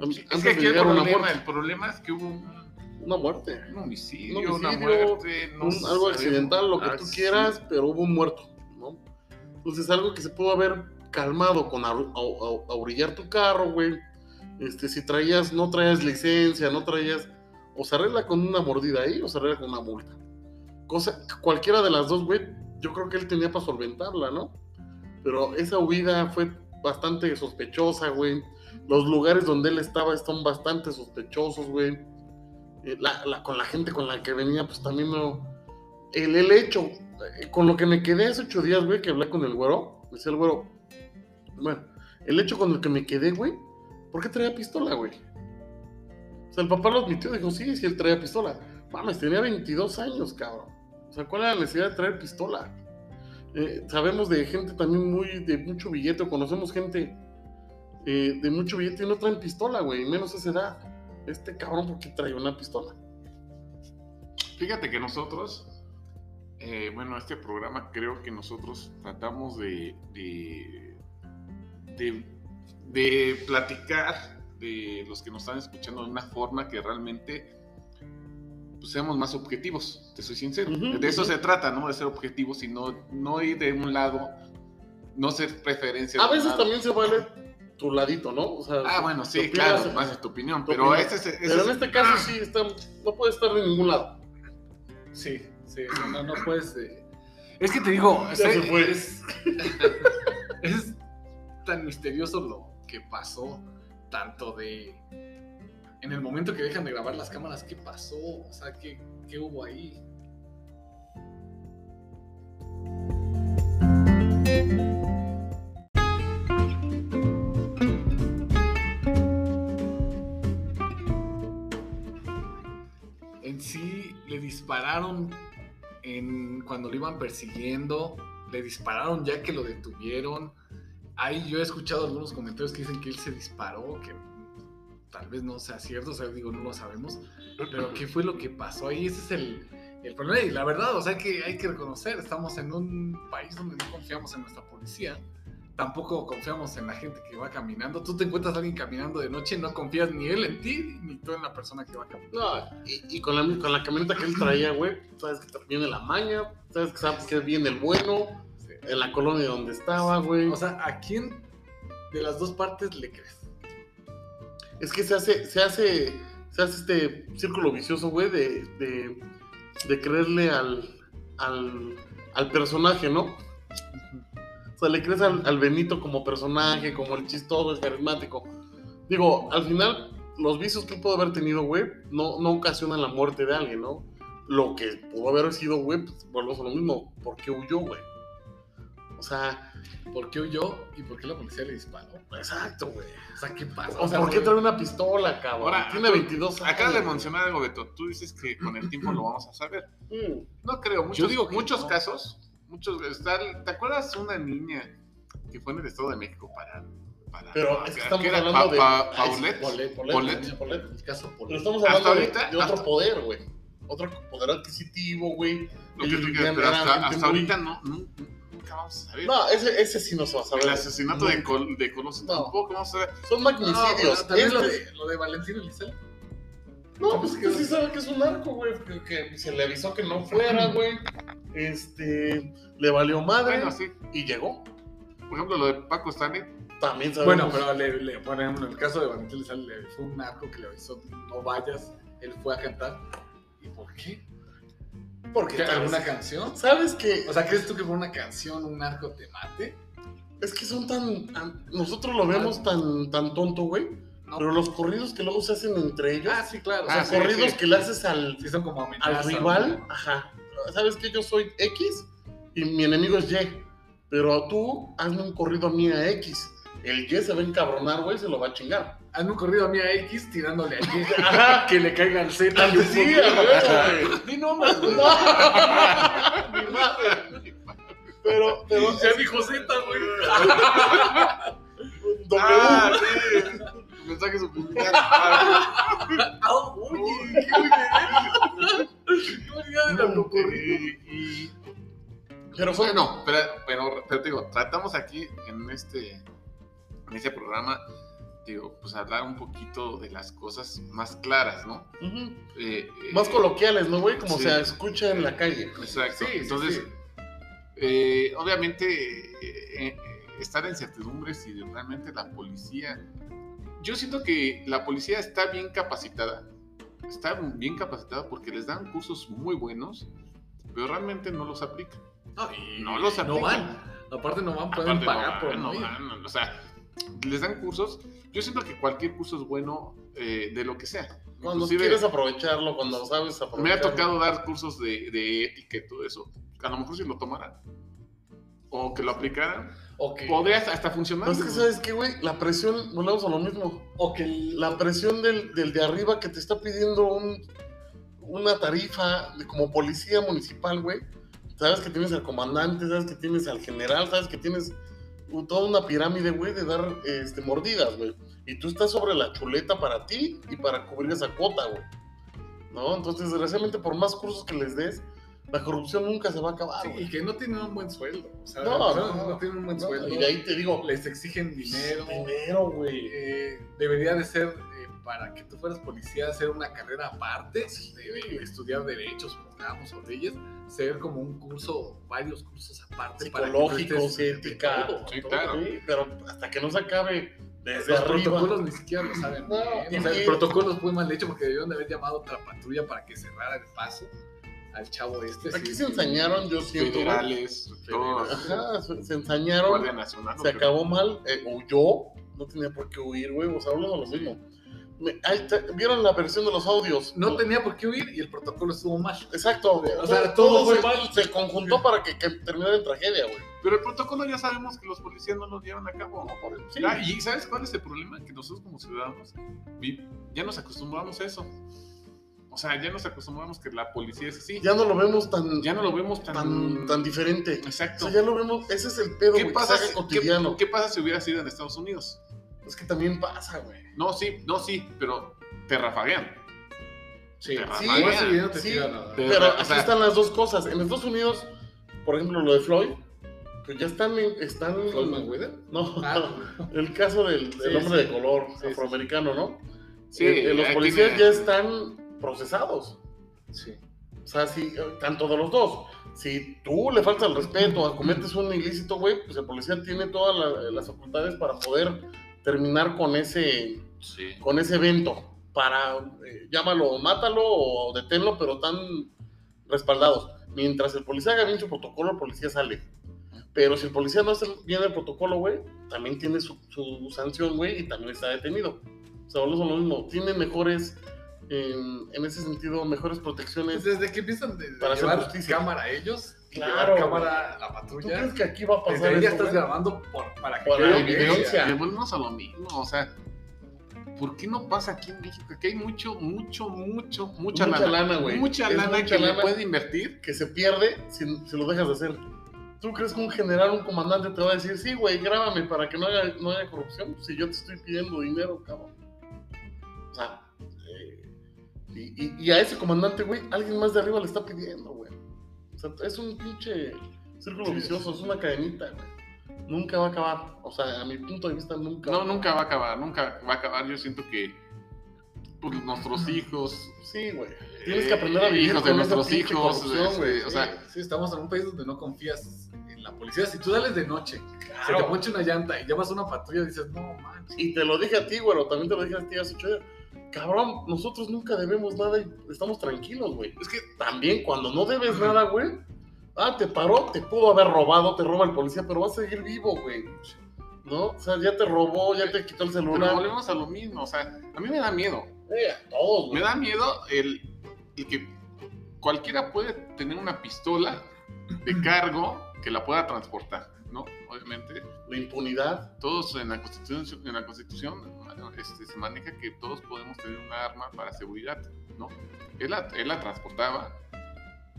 [SPEAKER 2] An-
[SPEAKER 1] es que
[SPEAKER 2] Antes de
[SPEAKER 1] aquí el
[SPEAKER 2] llegar una
[SPEAKER 1] problema,
[SPEAKER 2] muerte,
[SPEAKER 1] el problema es que hubo un,
[SPEAKER 2] una muerte,
[SPEAKER 1] un homicidio,
[SPEAKER 2] Un
[SPEAKER 1] una
[SPEAKER 2] homicidio,
[SPEAKER 1] muerte, no
[SPEAKER 2] un- algo
[SPEAKER 1] sabemos.
[SPEAKER 2] accidental, lo que
[SPEAKER 1] Ah,
[SPEAKER 2] tú
[SPEAKER 1] sí.
[SPEAKER 2] quieras, pero hubo un muerto, ¿no? Entonces algo que se pudo haber calmado con abr- au- au- aurillar tu carro, güey. Este, si traías, no traías licencia, no traías, o se arregla con una mordida ahí, o se arregla con una multa. Cosa, cualquiera de las dos, güey, yo creo que él tenía para solventarla, ¿no? Pero esa huida fue bastante sospechosa, güey. Los lugares donde él estaba están bastante sospechosos, güey. Eh, la- la- con la gente con la que venía, pues también no. El, el hecho, eh, con lo que me quedé hace ocho días, güey, que hablé con el güero, me decía el güero, bueno, el hecho con el que me quedé, güey, ¿por qué traía pistola, güey? O sea, el papá lo admitió, dijo, sí, sí, él traía pistola. Mames, tenía 22 años, cabrón. O sea, ¿cuál era la necesidad de traer pistola? Eh, sabemos de gente también muy de mucho billete, o conocemos gente eh, de mucho billete y no traen pistola, güey, y menos a esa edad. Este cabrón, ¿por qué trae una pistola?
[SPEAKER 1] Fíjate que nosotros, eh, bueno, este programa creo que nosotros tratamos de, de, de, de platicar de los que nos están escuchando de una forma que realmente pues, seamos más objetivos, te soy sincero.
[SPEAKER 2] Ujú,
[SPEAKER 1] de eso
[SPEAKER 2] ujú.
[SPEAKER 1] se trata, ¿no? De ser objetivos y no, no ir de un lado, no ser preferencia.
[SPEAKER 2] A
[SPEAKER 1] de un
[SPEAKER 2] veces
[SPEAKER 1] lado.
[SPEAKER 2] también se vale tu ladito, ¿no? O sea,
[SPEAKER 1] Ah, bueno, sí,
[SPEAKER 2] tu opinión,
[SPEAKER 1] claro, más de tu opinión,
[SPEAKER 2] tu
[SPEAKER 1] pero
[SPEAKER 2] opinión.
[SPEAKER 1] ese es... ese
[SPEAKER 2] pero en
[SPEAKER 1] es-
[SPEAKER 2] este caso sí, está, no puede estar de ningún lado.
[SPEAKER 3] Sí, sí, no, no puedes. eh. Es que te digo,
[SPEAKER 2] Ya
[SPEAKER 3] es,
[SPEAKER 2] se fue.
[SPEAKER 3] es- es tan misterioso lo que pasó, tanto de. En el momento que dejan de grabar las cámaras, ¿qué pasó? O sea, ¿qué, qué hubo ahí? en sí le dispararon en, cuando lo iban persiguiendo, le dispararon ya que lo detuvieron. Ahí yo he escuchado algunos comentarios que dicen que él se disparó, que tal vez no sea cierto, o sea, digo, no lo sabemos, pero ¿qué fue lo que pasó ahí? Ese es el, el problema. Y la verdad, o sea, que hay que reconocer, estamos en un país donde no confiamos en nuestra policía, tampoco confiamos en la gente que va caminando. Tú te encuentras a alguien caminando de noche, no confías ni él en ti, ni tú en la persona que va caminando.
[SPEAKER 2] No, y, y con, la, con la camioneta que él traía, güey, sabes que viene la maña, sabes que, sabes que viene el bueno,
[SPEAKER 3] Sí.
[SPEAKER 2] en la colonia donde estaba, güey.
[SPEAKER 3] O sea, ¿a quién de las dos partes le crees?
[SPEAKER 2] Es que se hace, se hace, se hace este círculo vicioso, güey, de, de, de creerle al, al, al personaje, ¿no? O sea, le crees al, al Benito como personaje, como el chistoso, el carismático. Digo, al final, los vicios que pudo haber tenido, güey, no, no ocasionan la muerte de alguien, ¿no? Lo que pudo haber sido, güey, pues volvemos a lo mismo. ¿Por qué huyó, güey? O sea,
[SPEAKER 3] ¿Por qué huyó y por qué la policía le disparó?
[SPEAKER 2] exacto, güey.
[SPEAKER 3] O sea, ¿qué pasa?
[SPEAKER 2] O,
[SPEAKER 3] sea,
[SPEAKER 2] ¿por qué
[SPEAKER 3] güey,
[SPEAKER 2] trae una pistola, cabrón?
[SPEAKER 1] Ahora,
[SPEAKER 2] Tiene 22 años.
[SPEAKER 1] Acabas de
[SPEAKER 2] güey.
[SPEAKER 1] mencionar algo, Beto. Tú dices que con el tiempo lo vamos a saber.
[SPEAKER 2] Mm.
[SPEAKER 1] No creo. Muchos,
[SPEAKER 3] Yo digo que
[SPEAKER 1] muchos
[SPEAKER 3] no.
[SPEAKER 1] casos. Muchos, está- ¿Te acuerdas una niña que fue en el Estado de México para... para
[SPEAKER 2] Pero es que estamos
[SPEAKER 1] ¿qué era?
[SPEAKER 2] hablando de.
[SPEAKER 1] Pa- pa-
[SPEAKER 2] Ay, sí,
[SPEAKER 1] Paulette.
[SPEAKER 2] Paulette, Paulette,
[SPEAKER 1] Paulette.
[SPEAKER 2] Paulette, Paulette.
[SPEAKER 3] El caso
[SPEAKER 2] Pero
[SPEAKER 3] Polo.
[SPEAKER 2] estamos
[SPEAKER 1] Hasta
[SPEAKER 2] hablando de-
[SPEAKER 1] ahorita-
[SPEAKER 2] de, otro
[SPEAKER 1] hasta-
[SPEAKER 2] poder, güey. Otro poder adquisitivo, güey.
[SPEAKER 1] Lo que tú
[SPEAKER 2] Y
[SPEAKER 1] quieras,
[SPEAKER 2] ya
[SPEAKER 1] pero
[SPEAKER 2] era
[SPEAKER 1] hasta,
[SPEAKER 2] gente
[SPEAKER 1] hasta
[SPEAKER 2] muy-
[SPEAKER 1] ahorita no, nu- nunca vamos a saber.
[SPEAKER 2] No, ese, ese sí no se va a saber.
[SPEAKER 1] el asesinato de, Col de Colosio
[SPEAKER 2] No.
[SPEAKER 1] tampoco vamos a saber.
[SPEAKER 2] Son
[SPEAKER 3] No, bueno,
[SPEAKER 2] magnicidios.
[SPEAKER 3] Ah, también
[SPEAKER 2] Este-
[SPEAKER 3] lo de, lo de Valentín Elizalde.
[SPEAKER 2] No, pues que sí sabe que es un narco, güey. Que, que se le avisó que no fuera, güey. Este. Le valió madre.
[SPEAKER 1] Bueno, sí.
[SPEAKER 2] Y llegó.
[SPEAKER 1] Por ejemplo, lo de Paco Stanley.
[SPEAKER 2] También sabemos.
[SPEAKER 3] Bueno, pero le, le- por ejemplo, en el caso de Valentín Elizalde le- fue un narco que le avisó, no vayas, él fue a cantar. ¿Y por qué?
[SPEAKER 2] Porque
[SPEAKER 3] ¿Porque
[SPEAKER 2] tal vez-
[SPEAKER 3] alguna canción?
[SPEAKER 2] ¿Sabes qué?
[SPEAKER 3] O sea, ¿crees tú que por una canción un narco te mate?
[SPEAKER 2] Es que son tan. tan- nosotros lo vemos tan, tan tonto, güey.
[SPEAKER 3] No.
[SPEAKER 2] Pero los corridos que luego se hacen entre ellos.
[SPEAKER 3] Ah, sí, claro.
[SPEAKER 2] los
[SPEAKER 1] Ah,
[SPEAKER 3] o sea,
[SPEAKER 1] sí,
[SPEAKER 2] corridos
[SPEAKER 1] sí.
[SPEAKER 2] que le haces al,
[SPEAKER 3] sí son como amenazas.
[SPEAKER 2] al rival, ajá. Sabes que yo soy X y mi enemigo es Y. Pero tú hazme un corrido a mí a X. El Y se va a encabronar, güey, se lo va a chingar.
[SPEAKER 3] Hazme un corrido a mí a X tirándole a Y.
[SPEAKER 2] Ajá.
[SPEAKER 3] que le caigan Z. y
[SPEAKER 1] Ah,
[SPEAKER 3] un
[SPEAKER 2] Antes sí,
[SPEAKER 3] poquito.
[SPEAKER 2] a huevo,
[SPEAKER 3] Di nombres, güey.
[SPEAKER 2] güey. Mi madre. Pero, pero.
[SPEAKER 3] Ya dijo Z, güey.
[SPEAKER 1] Ah,
[SPEAKER 2] W.
[SPEAKER 1] sí. Mensaje subliminal. Ah,
[SPEAKER 3] Ah, Oye, qué güey. No, ya de lo ocurrido.
[SPEAKER 1] y- y-
[SPEAKER 2] Pero son.
[SPEAKER 1] Bueno, pero, pero, pero te digo, tratamos aquí en este, en este programa, digo, pues hablar un poquito de las cosas más claras, ¿no?
[SPEAKER 2] Ujú.
[SPEAKER 1] Eh, eh,
[SPEAKER 2] Más coloquiales, ¿no, güey? Como
[SPEAKER 1] Sí.
[SPEAKER 2] se escucha en la calle.
[SPEAKER 1] Exacto.
[SPEAKER 3] Sí, sí,
[SPEAKER 1] Entonces,
[SPEAKER 3] sí.
[SPEAKER 1] eh, obviamente, eh, eh, estar en certidumbre si realmente la policía. Yo siento que la policía está bien capacitada. Está bien capacitada porque les dan cursos muy buenos, pero realmente no los aplican.
[SPEAKER 3] No, y
[SPEAKER 1] No los
[SPEAKER 3] No
[SPEAKER 1] aplican.
[SPEAKER 3] van. Aparte no van, pueden
[SPEAKER 1] Aparte,
[SPEAKER 3] pagar por
[SPEAKER 1] no,
[SPEAKER 3] no ir.
[SPEAKER 1] no, no, o sea, les dan cursos. Yo siento que cualquier curso es bueno eh, de lo que sea.
[SPEAKER 2] Cuando
[SPEAKER 1] Inclusive,
[SPEAKER 2] quieres aprovecharlo, cuando sabes aprovecharlo.
[SPEAKER 1] me ha tocado dar cursos de, de ética y todo eso. A lo mejor si lo tomaran o que lo aplicaran,
[SPEAKER 3] O que,
[SPEAKER 1] podrías hasta funcionar.
[SPEAKER 2] Pero es que, ¿sabes qué, güey? La presión, volvemos a lo mismo.
[SPEAKER 3] o que el-
[SPEAKER 2] la presión del, del de arriba que te está pidiendo un- una tarifa de- como policía municipal, güey. Sabes que tienes al comandante, sabes que tienes al general, sabes que tienes u- toda una pirámide, güey, de dar este, mordidas, güey. Y tú estás sobre la chuleta para ti y para cubrir esa cuota, güey. ¿No? Entonces, desgraciadamente, por más cursos que les des, la corrupción nunca se va a acabar,
[SPEAKER 3] sí,
[SPEAKER 2] güey.
[SPEAKER 3] y que no tienen un buen sueldo. O sea,
[SPEAKER 2] Ah, No,
[SPEAKER 3] no,
[SPEAKER 2] no,
[SPEAKER 3] no, tienen un buen
[SPEAKER 2] ¿no?
[SPEAKER 3] sueldo.
[SPEAKER 2] Y de ahí te digo,
[SPEAKER 3] Les exigen dinero.
[SPEAKER 2] dinero, güey.
[SPEAKER 3] Eh, debería de ser, eh, para que tú fueras policía, hacer una carrera aparte, de- de estudiar derechos, programas o leyes, ser como un curso, varios cursos aparte. para que tú
[SPEAKER 2] Psicológicos,
[SPEAKER 3] estés de
[SPEAKER 2] ética,
[SPEAKER 3] todo,
[SPEAKER 1] Sí,
[SPEAKER 3] todo.
[SPEAKER 1] claro.
[SPEAKER 2] Sí, pero hasta que no se acabe desde
[SPEAKER 3] Los
[SPEAKER 2] arriba.
[SPEAKER 3] protocolos ni siquiera lo saben.
[SPEAKER 2] No,
[SPEAKER 3] bien. O sea,
[SPEAKER 2] y-
[SPEAKER 3] el protocolo fue mal hecho porque debieron de haber llamado a otra patrulla para que cerrara el paso al chavo este.
[SPEAKER 2] Aquí
[SPEAKER 3] sí.
[SPEAKER 2] se ensañaron, yo siento. güey.
[SPEAKER 1] federales, todos,
[SPEAKER 2] Ajá, se, se
[SPEAKER 1] Guardia
[SPEAKER 2] ensañaron,
[SPEAKER 1] Nacional.
[SPEAKER 2] se
[SPEAKER 1] pero-
[SPEAKER 2] acabó mal, eh, huyó, no tenía por qué huir, güey, o sea, hablamos lo mismo. Me- ahí está, ¿Vieron la versión de los audios?
[SPEAKER 3] No tenía por qué huir y el protocolo estuvo mal.
[SPEAKER 2] Exacto,
[SPEAKER 3] O sea, todo
[SPEAKER 2] se,
[SPEAKER 3] fue mal.
[SPEAKER 2] se conjuntó para que, que terminara en tragedia, güey.
[SPEAKER 1] Pero el protocolo ya sabemos que los policías no lo llevan a cabo.
[SPEAKER 2] No, por- sí.
[SPEAKER 1] Ah, ¿Y sabes cuál es el problema? Que nosotros como ciudadanos vi- ya nos acostumbramos a eso. O sea, ya nos acostumbramos que la policía es así. Ya,
[SPEAKER 2] Ya no lo vemos tan,
[SPEAKER 1] no lo vemos tan...
[SPEAKER 2] tan, tan diferente. O
[SPEAKER 1] Exacto.
[SPEAKER 2] sea, ya lo vemos, ese es el pedo,
[SPEAKER 1] ¿Qué,
[SPEAKER 2] güey, que
[SPEAKER 1] pasa
[SPEAKER 2] se haga
[SPEAKER 1] si,
[SPEAKER 2] cotidiano.
[SPEAKER 1] qué- qué pasa si hubiera sido en Estados Unidos?
[SPEAKER 2] Es que también pasa, güey.
[SPEAKER 1] No, sí, no, sí, pero te rafaguean.
[SPEAKER 3] Sí,
[SPEAKER 1] Sí,
[SPEAKER 3] igual ese video te
[SPEAKER 2] sí.
[SPEAKER 3] tira nada.
[SPEAKER 1] Te-
[SPEAKER 2] Pero
[SPEAKER 1] o
[SPEAKER 2] aquí
[SPEAKER 1] sea,
[SPEAKER 2] están las dos cosas. En Estados Unidos, por ejemplo, lo de Floyd, Pero ya están. en- están
[SPEAKER 3] Pues ¿Floyd Mayweather?
[SPEAKER 2] no,
[SPEAKER 3] Ah,
[SPEAKER 2] el caso del, del
[SPEAKER 3] Sí,
[SPEAKER 2] hombre
[SPEAKER 3] sí.
[SPEAKER 2] de color
[SPEAKER 3] Sí, sí,
[SPEAKER 2] afroamericano, ¿no?
[SPEAKER 1] Sí,
[SPEAKER 2] Eh, eh, los
[SPEAKER 1] aquí
[SPEAKER 2] policías
[SPEAKER 1] me-
[SPEAKER 2] ya están procesados.
[SPEAKER 3] sí.
[SPEAKER 2] O sea, si, eh, tanto de los dos. Si tú le faltas el respeto, cometes un ilícito, güey, pues el policía tiene todas la- las facultades para poder terminar con ese,
[SPEAKER 1] Sí.
[SPEAKER 2] con ese evento. Para, eh, llámalo, mátalo o deténlo, pero tan respaldados. Mientras el policía haga bien su protocolo, el policía sale. Pero si el policía no hace bien el protocolo, güey, también tiene su, su sanción, güey, y también está detenido. O sea, son lo mismo. Tiene mejores, eh, en ese sentido, mejores protecciones.
[SPEAKER 3] Pues desde que empiezan de, de
[SPEAKER 2] Para hacer
[SPEAKER 3] llevar
[SPEAKER 2] justicia.
[SPEAKER 3] cámara ellos, y
[SPEAKER 2] Claro,
[SPEAKER 3] llevar cámara a la
[SPEAKER 2] ¿Tú
[SPEAKER 3] patrulla,
[SPEAKER 2] crees que aquí va a
[SPEAKER 3] Pues desde
[SPEAKER 2] pasar
[SPEAKER 3] ahí ya
[SPEAKER 2] eso,
[SPEAKER 3] estás
[SPEAKER 2] güey?
[SPEAKER 3] grabando por- para que
[SPEAKER 2] Para
[SPEAKER 3] quede
[SPEAKER 2] la evidencia.
[SPEAKER 1] Y volvemos eh, a lo mismo, o sea, ¿por qué no pasa aquí en México? Que hay mucho, mucho, mucho, mucha,
[SPEAKER 2] Mucha
[SPEAKER 1] lana,
[SPEAKER 2] lana, güey.
[SPEAKER 1] mucha
[SPEAKER 2] Es
[SPEAKER 1] lana
[SPEAKER 2] mucha
[SPEAKER 1] que
[SPEAKER 2] lana.
[SPEAKER 1] le puede invertir.
[SPEAKER 2] Que se pierde si, si lo dejas de hacer. ¿Tú crees que un general, un comandante te va a decir, sí, güey, grábame para que no haya, no haya corrupción? Si yo te estoy pidiendo dinero, cabrón. O sea, eh, y, y- y a ese comandante, güey, alguien más de arriba le está pidiendo, güey. O sea, es un pinche círculo
[SPEAKER 3] Sí.
[SPEAKER 2] vicioso, es una cadenita, güey. Nunca va a acabar. O sea, a mi punto de vista, nunca. va a
[SPEAKER 1] No,
[SPEAKER 2] acabar.
[SPEAKER 1] nunca va a acabar, nunca va a acabar. Yo siento que por nuestros hijos,
[SPEAKER 2] Sí, güey. Tienes que aprender a
[SPEAKER 1] eh,
[SPEAKER 2] vivir
[SPEAKER 1] hijos de
[SPEAKER 2] con esa
[SPEAKER 1] nuestros
[SPEAKER 2] pinche
[SPEAKER 1] hijos,
[SPEAKER 2] corrupción,
[SPEAKER 1] este,
[SPEAKER 2] güey,
[SPEAKER 1] o
[SPEAKER 3] Sí,
[SPEAKER 1] sea,
[SPEAKER 3] sí, estamos en un país donde no confías en la policía. Si tú sales de noche, se te
[SPEAKER 2] Claro.
[SPEAKER 3] ponche una llanta y llamas a una patrulla, dices, no manches.
[SPEAKER 2] Y te lo dije a ti, güero, también te lo dije a ti hace ocho días. Cabrón, nosotros nunca debemos nada y estamos tranquilos, güey.
[SPEAKER 1] es que
[SPEAKER 2] También cuando no debes nada, güey. Ah, te paró, te pudo haber robado, te roba el policía, pero vas a seguir vivo, güey. ¿No? O sea, ya te robó, ya te quitó el
[SPEAKER 1] pero
[SPEAKER 2] celular.
[SPEAKER 1] volvemos a lo mismo. O sea, a mí me da miedo.
[SPEAKER 2] Eh, a todos,
[SPEAKER 1] Me
[SPEAKER 2] güey.
[SPEAKER 1] da miedo el, el que cualquiera puede tener una pistola de cargo que la pueda transportar, ¿no? Obviamente.
[SPEAKER 2] La impunidad.
[SPEAKER 1] todos en la constitución, en la constitución este, se maneja que todos podemos tener una arma para seguridad, ¿no? Él la, él la transportaba,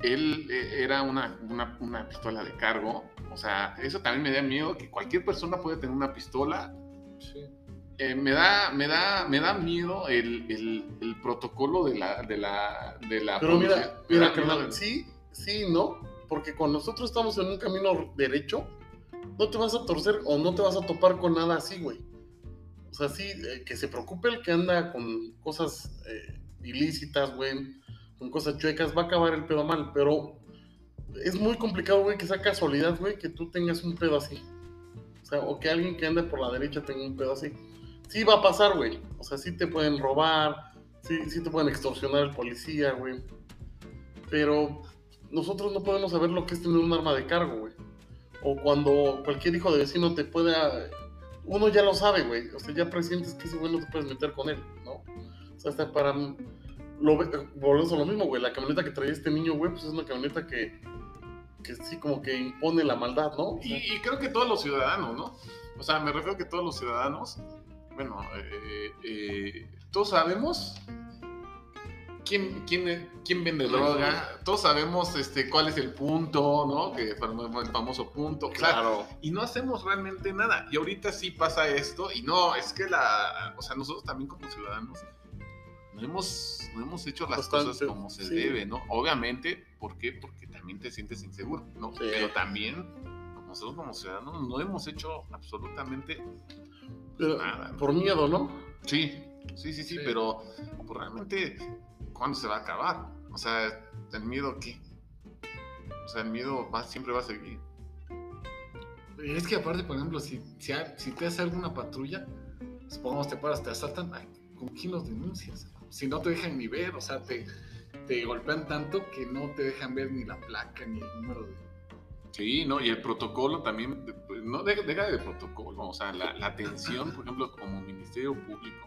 [SPEAKER 1] él eh, era una, una, una pistola de cargo, o sea, eso también me da miedo, que cualquier persona puede tener una pistola. Eh, me, da, me, da, me da miedo el, el- el protocolo de la, de la, de la
[SPEAKER 2] Pero
[SPEAKER 1] policía.
[SPEAKER 2] mira,
[SPEAKER 1] Me da
[SPEAKER 2] mira,
[SPEAKER 1] miedo
[SPEAKER 2] carnal,
[SPEAKER 1] el-
[SPEAKER 2] sí, sí, no. Porque cuando nosotros estamos en un camino derecho, no te vas a torcer o no te vas a topar con nada así, güey. O sea, sí, eh, que se preocupe el que anda con cosas eh, ilícitas, güey, con cosas chuecas, va a acabar el pedo mal, pero es muy complicado, güey, que sea casualidad, güey, que tú tengas un pedo así. O sea, o que alguien que anda por la derecha tenga un pedo así. Sí va a pasar, güey. O sea, sí te pueden robar, sí, sí te pueden extorsionar el policía, güey. Pero nosotros no podemos saber lo que es tener un arma de cargo, güey. O cuando cualquier hijo de vecino te pueda... Uno ya lo sabe, güey. O sea, ya presientes que ese güey no te puedes meter con él, ¿no? O sea, hasta para... Lo, ve- volvemos a lo mismo, güey. La camioneta que traía este niño, güey, pues es una camioneta que... Que sí, como que impone la maldad, ¿no? O sea,
[SPEAKER 1] Y, y creo que todos los ciudadanos, ¿no? O sea, me refiero que todos los ciudadanos, bueno, eh, eh, todos sabemos quién, quién, quién vende droga, todos sabemos este, cuál es el punto, ¿no? Que fam- el famoso punto. O sea,
[SPEAKER 2] claro.
[SPEAKER 1] y no hacemos realmente nada. Y ahorita sí pasa esto, y no, es que la. O sea, nosotros también como ciudadanos no hemos, no hemos hecho las
[SPEAKER 2] Bastante,
[SPEAKER 1] cosas como se
[SPEAKER 2] sí.
[SPEAKER 1] debe, ¿no? Obviamente, ¿por qué? Porque también te sientes inseguro, ¿no?
[SPEAKER 2] Sí.
[SPEAKER 1] Pero también, como nosotros como ciudadanos, no hemos hecho absolutamente
[SPEAKER 2] Pero,
[SPEAKER 1] nada. ¿no?
[SPEAKER 2] eh, por miedo, ¿no?
[SPEAKER 1] Sí, sí, sí, sí,
[SPEAKER 3] Sí.
[SPEAKER 1] pero pues, realmente, ¿cuándo se va a acabar? O sea, ¿el miedo qué? O sea, el miedo va, siempre va a seguir.
[SPEAKER 3] Y es que aparte, por ejemplo, si, si, ha- si te hace alguna patrulla, supongamos te paras, te asaltan, ay, ¿con quién los denuncias? Si no te dejan ni ver, o sea, te, te golpean tanto que no te dejan ver ni la placa ni el número de...
[SPEAKER 1] Sí, no, y el protocolo también, pues, no deja, deja de protocolo, o sea, la, la atención, por ejemplo, como ministerio público,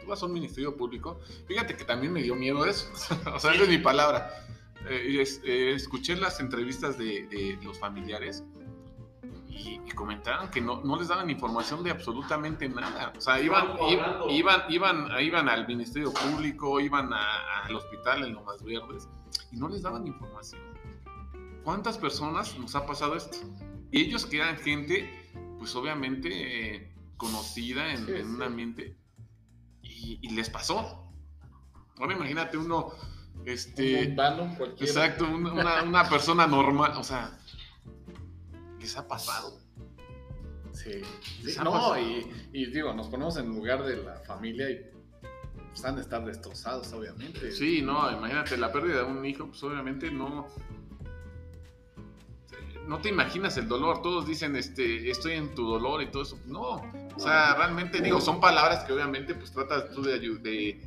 [SPEAKER 1] tú vas a un ministerio público, fíjate que también me dio miedo eso, o sea, esa es mi palabra. Eh, y es- eh, escuché las entrevistas de, de los familiares y, y comentaron que no, no les daban información de absolutamente nada, o sea, iban, i- iban, iban, iban al ministerio público, iban a- al hospital en Lomas Verdes y no les daban información. ¿Cuántas personas nos ha pasado esto? Y ellos que eran gente, pues obviamente eh, conocida en,
[SPEAKER 3] Sí,
[SPEAKER 1] en un
[SPEAKER 3] sí.
[SPEAKER 1] ambiente y, y les pasó. Ahora imagínate uno, este,
[SPEAKER 3] un vano, cualquier...
[SPEAKER 1] exacto, un- una, una persona normal, o sea, les ha pasado.
[SPEAKER 3] Sí.
[SPEAKER 1] Les
[SPEAKER 3] Sí,
[SPEAKER 1] ha
[SPEAKER 3] no,
[SPEAKER 1] pasado.
[SPEAKER 3] y, y digo, nos ponemos en lugar de la familia y pues, han de estar destrozados, obviamente.
[SPEAKER 1] Sí, no, imagínate la pérdida de un hijo, pues obviamente no. No te imaginas el dolor. Todos dicen, este, estoy en tu dolor y todo eso. No, o sea, realmente digo, son palabras que obviamente pues tratas tú de ayu- de,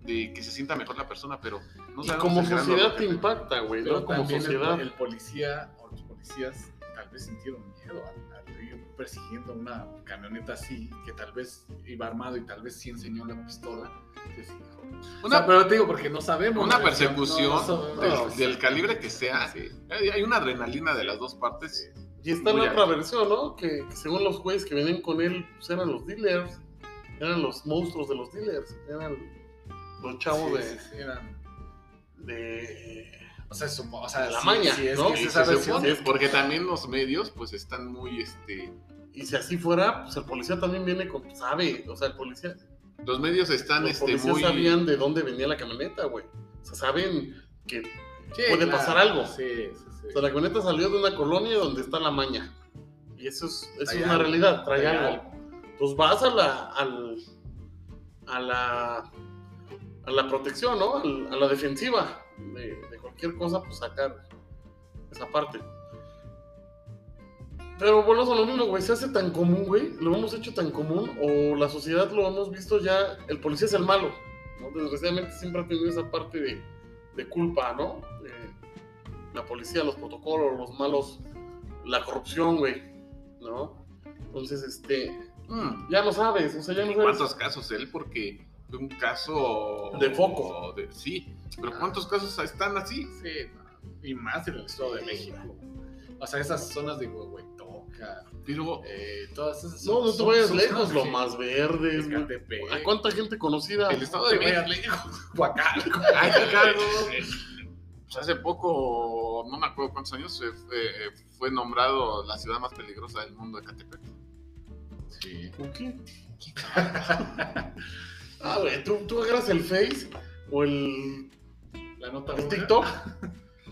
[SPEAKER 1] de que se sienta mejor la persona, pero no
[SPEAKER 2] Y
[SPEAKER 1] sabemos
[SPEAKER 2] como
[SPEAKER 1] el gran
[SPEAKER 2] sociedad
[SPEAKER 1] dolor
[SPEAKER 2] te
[SPEAKER 1] que-
[SPEAKER 2] impacta, güey,
[SPEAKER 3] Pero
[SPEAKER 2] ¿no? Como
[SPEAKER 3] también el-
[SPEAKER 2] sociedad.
[SPEAKER 3] El, policía o los policías tal vez sintieron miedo al, al ir persiguiendo una camioneta así, que tal vez iba armado y tal vez sí enseñó la pistola. Entonces, hijo. O
[SPEAKER 1] Una-
[SPEAKER 3] sea, pero te digo, porque no sabemos.
[SPEAKER 1] Una
[SPEAKER 3] ¿no?
[SPEAKER 1] persecución
[SPEAKER 3] No, no sabemos.
[SPEAKER 1] del, del calibre que sea, eh,
[SPEAKER 3] Sí.
[SPEAKER 1] hay hay una adrenalina de las dos partes.
[SPEAKER 2] Y está
[SPEAKER 1] Muy
[SPEAKER 2] la
[SPEAKER 1] alto.
[SPEAKER 2] otra versión, ¿no? Que, que según los güeyes que venían con él, pues eran los dealers, eran los monstruos de los dealers, eran los chavos
[SPEAKER 3] Sí,
[SPEAKER 2] de,
[SPEAKER 3] sí, sí, eran-
[SPEAKER 2] de-
[SPEAKER 3] O sea, supo- o sea,
[SPEAKER 2] De la
[SPEAKER 3] sí,
[SPEAKER 2] maña,
[SPEAKER 3] sí, es
[SPEAKER 2] ¿no?
[SPEAKER 3] que
[SPEAKER 1] Y se
[SPEAKER 3] se sabe si-
[SPEAKER 1] supone, porque también los medios pues están muy, este,
[SPEAKER 2] Y si así fuera, pues el policía también viene con... pues, Sabe, o sea, el policía...
[SPEAKER 1] los medios están,
[SPEAKER 2] Los
[SPEAKER 1] este,
[SPEAKER 2] policías
[SPEAKER 1] muy...
[SPEAKER 2] sabían de dónde venía la camioneta, güey. O sea, saben que...
[SPEAKER 3] Sí,
[SPEAKER 2] puede pasar algo.
[SPEAKER 3] Sí, sí, sí.
[SPEAKER 2] O sea, la camioneta salió de una colonia donde está la maña. Y eso es, eso
[SPEAKER 3] Trae
[SPEAKER 2] es una
[SPEAKER 3] algo,
[SPEAKER 2] realidad, trae,
[SPEAKER 3] trae
[SPEAKER 2] algo.
[SPEAKER 3] algo.
[SPEAKER 2] Entonces vas a la... al- a la... a la protección, ¿no? Al- a la defensiva de, de cualquier cosa, pues sacar esa parte. Pero volvemos a lo mismo, güey. Se hace tan común, güey. Lo hemos hecho tan común. O la sociedad lo hemos visto ya. El policía es el malo. ¿no? Desgraciadamente siempre ha tenido esa parte de, de culpa, ¿no? Eh, la policía, los protocolos, los malos, la corrupción, güey. ¿No? Entonces, este.
[SPEAKER 1] Mm.
[SPEAKER 2] Ya lo sabes. O sea, ya no sabes.
[SPEAKER 1] ¿Cuántos casos él? Porque fue un caso...
[SPEAKER 2] De foco.
[SPEAKER 1] de- sí, pero ¿cuántos casos están así?
[SPEAKER 3] Sí, y más en el Estado de
[SPEAKER 1] Sí.
[SPEAKER 3] México. O sea, esas zonas de Huehuetoca,
[SPEAKER 1] Pero
[SPEAKER 3] eh, todas esas
[SPEAKER 2] No, no te
[SPEAKER 3] son-
[SPEAKER 2] vayas
[SPEAKER 3] son
[SPEAKER 2] lejos,
[SPEAKER 3] zonas
[SPEAKER 2] lo
[SPEAKER 3] que-
[SPEAKER 2] más verdes, güey.
[SPEAKER 3] Ecatepec,
[SPEAKER 2] ¿A cuánta gente conocida?
[SPEAKER 1] el Estado
[SPEAKER 3] No
[SPEAKER 1] de
[SPEAKER 3] Ah, te
[SPEAKER 1] México...
[SPEAKER 3] vayas lejos, Huacalco.
[SPEAKER 1] Hay cargos. Pues hace poco, no me acuerdo cuántos años, eh, fue, eh, fue nombrado la ciudad más peligrosa del mundo, Ecatepec.
[SPEAKER 3] Sí.
[SPEAKER 2] ¿Con qué? Ah, güey, ¿tú, tú agarras el Face o el,
[SPEAKER 3] La nota
[SPEAKER 2] el
[SPEAKER 3] buena.
[SPEAKER 2] TikTok.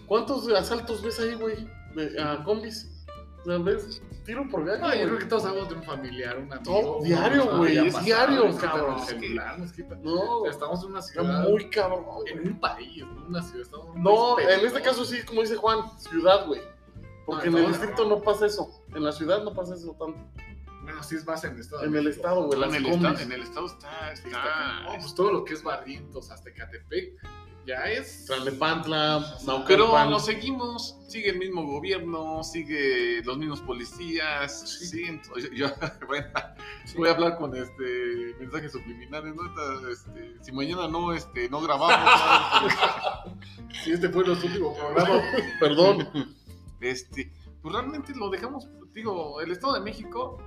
[SPEAKER 2] ¿Cuántos asaltos ves ahí, güey? De- A combis. O sea, ves tiro por gallo,
[SPEAKER 3] No, yo creo
[SPEAKER 2] güey.
[SPEAKER 3] que todos sabemos de un familiar, un amigo.
[SPEAKER 2] Todo diario,
[SPEAKER 3] Ah,
[SPEAKER 2] güey,
[SPEAKER 3] ya
[SPEAKER 2] es
[SPEAKER 3] pasado,
[SPEAKER 2] diario,
[SPEAKER 3] nos quitan
[SPEAKER 2] cabrón.
[SPEAKER 3] El celular, nos quitan-
[SPEAKER 2] No,
[SPEAKER 3] O sea, estamos en una
[SPEAKER 2] está
[SPEAKER 3] ciudad,
[SPEAKER 2] muy cabrón, güey.
[SPEAKER 3] en un país, no una ciudad. estamos en un
[SPEAKER 2] No,
[SPEAKER 3] país
[SPEAKER 2] en este
[SPEAKER 3] peligroso.
[SPEAKER 2] caso sí, como dice Juan, ciudad, güey. Porque en
[SPEAKER 3] No,
[SPEAKER 2] el
[SPEAKER 3] no,
[SPEAKER 2] distrito no pasa eso. En la ciudad no pasa eso tanto.
[SPEAKER 3] Bueno, Ah, sí es más en el estado. de
[SPEAKER 2] En el
[SPEAKER 3] México.
[SPEAKER 2] estado, güey,
[SPEAKER 1] En
[SPEAKER 2] las
[SPEAKER 1] el, estado, en
[SPEAKER 2] combis.
[SPEAKER 1] el estado está...
[SPEAKER 3] Sí,
[SPEAKER 1] está-
[SPEAKER 3] está cañón. No, pues todo lo que es Barrientos hasta Ecatepec ya es.
[SPEAKER 2] Tlalnepantla,
[SPEAKER 1] Pero
[SPEAKER 2] Naucalpan.
[SPEAKER 1] nos seguimos, sigue el mismo gobierno, sigue los mismos policías, siguen to- yo, yo- bueno, voy a hablar con este mensajes subliminales, ¿no? Esta, este, si mañana no, este, no grabamos, ¿no?
[SPEAKER 3] Si este fue nuestro último programa,
[SPEAKER 2] Perdón.
[SPEAKER 1] este, pues realmente lo dejamos, digo, el Estado de México,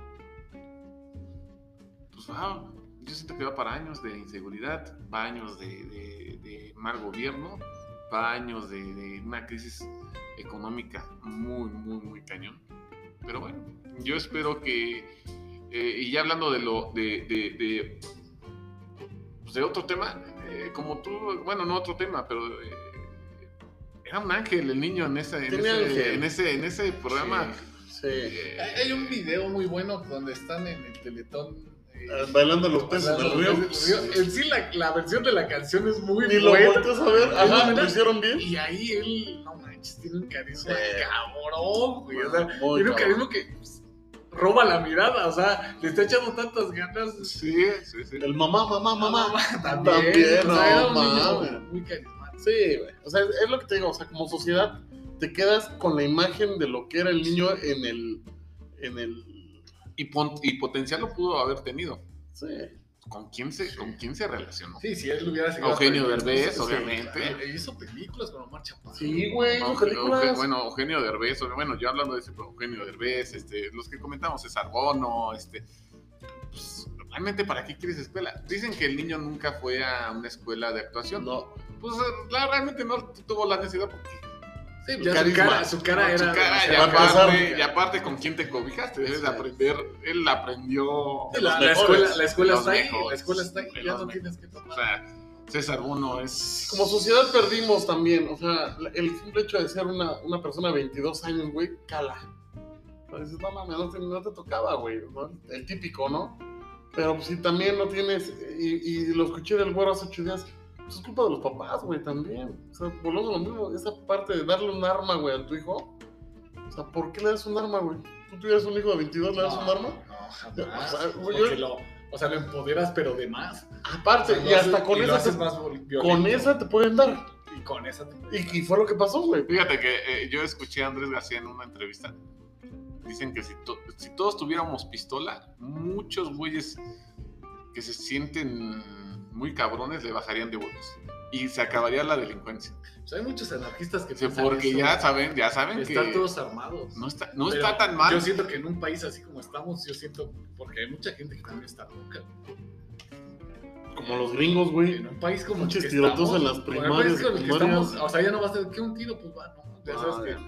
[SPEAKER 1] pues va, yo siento que va para años de inseguridad, va años de, de- de mal gobierno, va años de, de una crisis económica muy, muy, muy cañón. Pero bueno, yo espero que, eh, y ya hablando de lo, de, de- de, pues, de otro tema, eh, como tú, bueno, no otro tema, pero... eh, era un ángel el niño en ese, en
[SPEAKER 2] Tenía ángel.
[SPEAKER 1] ese, en ese, en ese programa.
[SPEAKER 2] Sí.
[SPEAKER 1] Eh,
[SPEAKER 3] Hay hay un video muy bueno donde están en el Teletón. eh,
[SPEAKER 2] Ah, Bailando los peces del
[SPEAKER 3] bailando los
[SPEAKER 2] río.
[SPEAKER 3] peces del río. En sí, la, la versión de la canción es muy
[SPEAKER 2] Ni lo
[SPEAKER 3] buena.
[SPEAKER 2] volteas a ver. Ajá, lo
[SPEAKER 3] Mira.
[SPEAKER 2] hicieron bien.
[SPEAKER 3] Y ahí él, no manches, tiene un carisma
[SPEAKER 2] Sí.
[SPEAKER 3] cabrón, güey. O sea,
[SPEAKER 2] Muy
[SPEAKER 3] tiene un
[SPEAKER 2] cabrón.
[SPEAKER 3] carisma que pues, roba la mirada, o sea, le está echando tantas ganas.
[SPEAKER 1] Sí, sí, sí.
[SPEAKER 2] El mamá, mamá, mamá.
[SPEAKER 3] También,
[SPEAKER 2] También,
[SPEAKER 3] o sea, era
[SPEAKER 2] no
[SPEAKER 3] un niño
[SPEAKER 2] mames.
[SPEAKER 3] muy carismático.
[SPEAKER 2] Sí, güey. O sea, es lo que te digo. O sea, como sociedad, te quedas con la imagen de lo que era el niño en el. En el.
[SPEAKER 1] Y, pon- y potencial lo pudo haber tenido.
[SPEAKER 2] Sí.
[SPEAKER 1] ¿Con quién se, con quién se relacionó?
[SPEAKER 3] Sí, si él hubiera seguido.
[SPEAKER 1] Eugenio
[SPEAKER 3] hasta el-
[SPEAKER 1] Derbez,
[SPEAKER 3] Sí,
[SPEAKER 1] obviamente.
[SPEAKER 3] claro, Hizo películas con Omar Chaparro.
[SPEAKER 2] Sí, güey.
[SPEAKER 1] No,
[SPEAKER 2] Son películas.
[SPEAKER 1] Euge- bueno, Eugenio Derbez, o- bueno, yo hablando de ese, pero Eugenio Derbez, este, los que comentamos, César Bono, este, pues, realmente, ¿para qué quieres escuela? Dicen que el niño nunca fue a una escuela de actuación.
[SPEAKER 2] No.
[SPEAKER 1] Pues, la- realmente no tuvo la necesidad porque
[SPEAKER 3] Sí,
[SPEAKER 1] pues
[SPEAKER 2] Su
[SPEAKER 3] ya su
[SPEAKER 2] carisma.
[SPEAKER 3] cara, su cara
[SPEAKER 1] No,
[SPEAKER 3] era.
[SPEAKER 1] su cara, y,
[SPEAKER 2] va a
[SPEAKER 3] demasiado-
[SPEAKER 2] pasar.
[SPEAKER 1] aparte, y aparte, con quién te cobijaste, debes de aprender. Él aprendió.
[SPEAKER 3] Sí,
[SPEAKER 2] Los
[SPEAKER 3] La, la
[SPEAKER 2] mejores,
[SPEAKER 3] escuela, la escuela
[SPEAKER 1] los
[SPEAKER 3] está ahí,
[SPEAKER 1] mejores,
[SPEAKER 3] la escuela está ahí,
[SPEAKER 1] de
[SPEAKER 3] ya
[SPEAKER 1] los
[SPEAKER 3] no
[SPEAKER 1] mejores.
[SPEAKER 3] tienes que
[SPEAKER 1] O
[SPEAKER 3] tomar.
[SPEAKER 1] sea, César Bono es.
[SPEAKER 2] Como sociedad perdimos también. O sea, la- el simple hecho de ser una, una persona de 22 años, güey, cala. O sea, dices, no mames, no te, no te tocaba, güey. ¿no? El típico, ¿no? Pero pues, si también no tienes, y, y lo escuché del güero hace ocho días, pues es culpa de los papás, güey, también. O sea, volvemos a lo mismo, esa parte de darle un arma, güey, a tu hijo. O sea, ¿por qué le das un arma, güey? ¿Tú tuvieras un hijo de 22, le das un arma?
[SPEAKER 3] No,
[SPEAKER 2] jamás,
[SPEAKER 3] jamás.
[SPEAKER 2] porque
[SPEAKER 3] o sea, lo empoderas, pero de más.
[SPEAKER 2] Aparte, y hasta con
[SPEAKER 3] lo
[SPEAKER 2] esa,
[SPEAKER 3] haces
[SPEAKER 2] te,
[SPEAKER 3] más
[SPEAKER 2] con esa te pueden dar.
[SPEAKER 3] Y con esa te...
[SPEAKER 2] Y, y fue lo que pasó, güey.
[SPEAKER 1] Fíjate que eh, yo escuché a Andrés García en una entrevista. Dicen que si, to- si todos tuviéramos pistola, muchos güeyes que se sienten muy cabrones le bajarían de votos. Y se acabaría la delincuencia.
[SPEAKER 3] Pues hay muchos anarquistas que
[SPEAKER 1] O sea,
[SPEAKER 3] piensan
[SPEAKER 1] porque
[SPEAKER 3] eso,
[SPEAKER 1] ya
[SPEAKER 3] güey.
[SPEAKER 1] saben, ya saben que
[SPEAKER 3] Están todos armados.
[SPEAKER 1] no está, no
[SPEAKER 3] Pero
[SPEAKER 1] está tan mal.
[SPEAKER 3] Yo siento que en un país así como estamos, yo siento, porque hay mucha gente que también está loca.
[SPEAKER 2] Como los gringos, güey.
[SPEAKER 3] En un país como el que
[SPEAKER 2] Muchos tiroteos
[SPEAKER 3] estamos,
[SPEAKER 2] en las
[SPEAKER 3] como en un país
[SPEAKER 2] primarias,
[SPEAKER 3] como el que
[SPEAKER 2] secundarias.
[SPEAKER 3] estamos, o sea, ya no va a ser que un tiro, pues va, no, ya sabes que,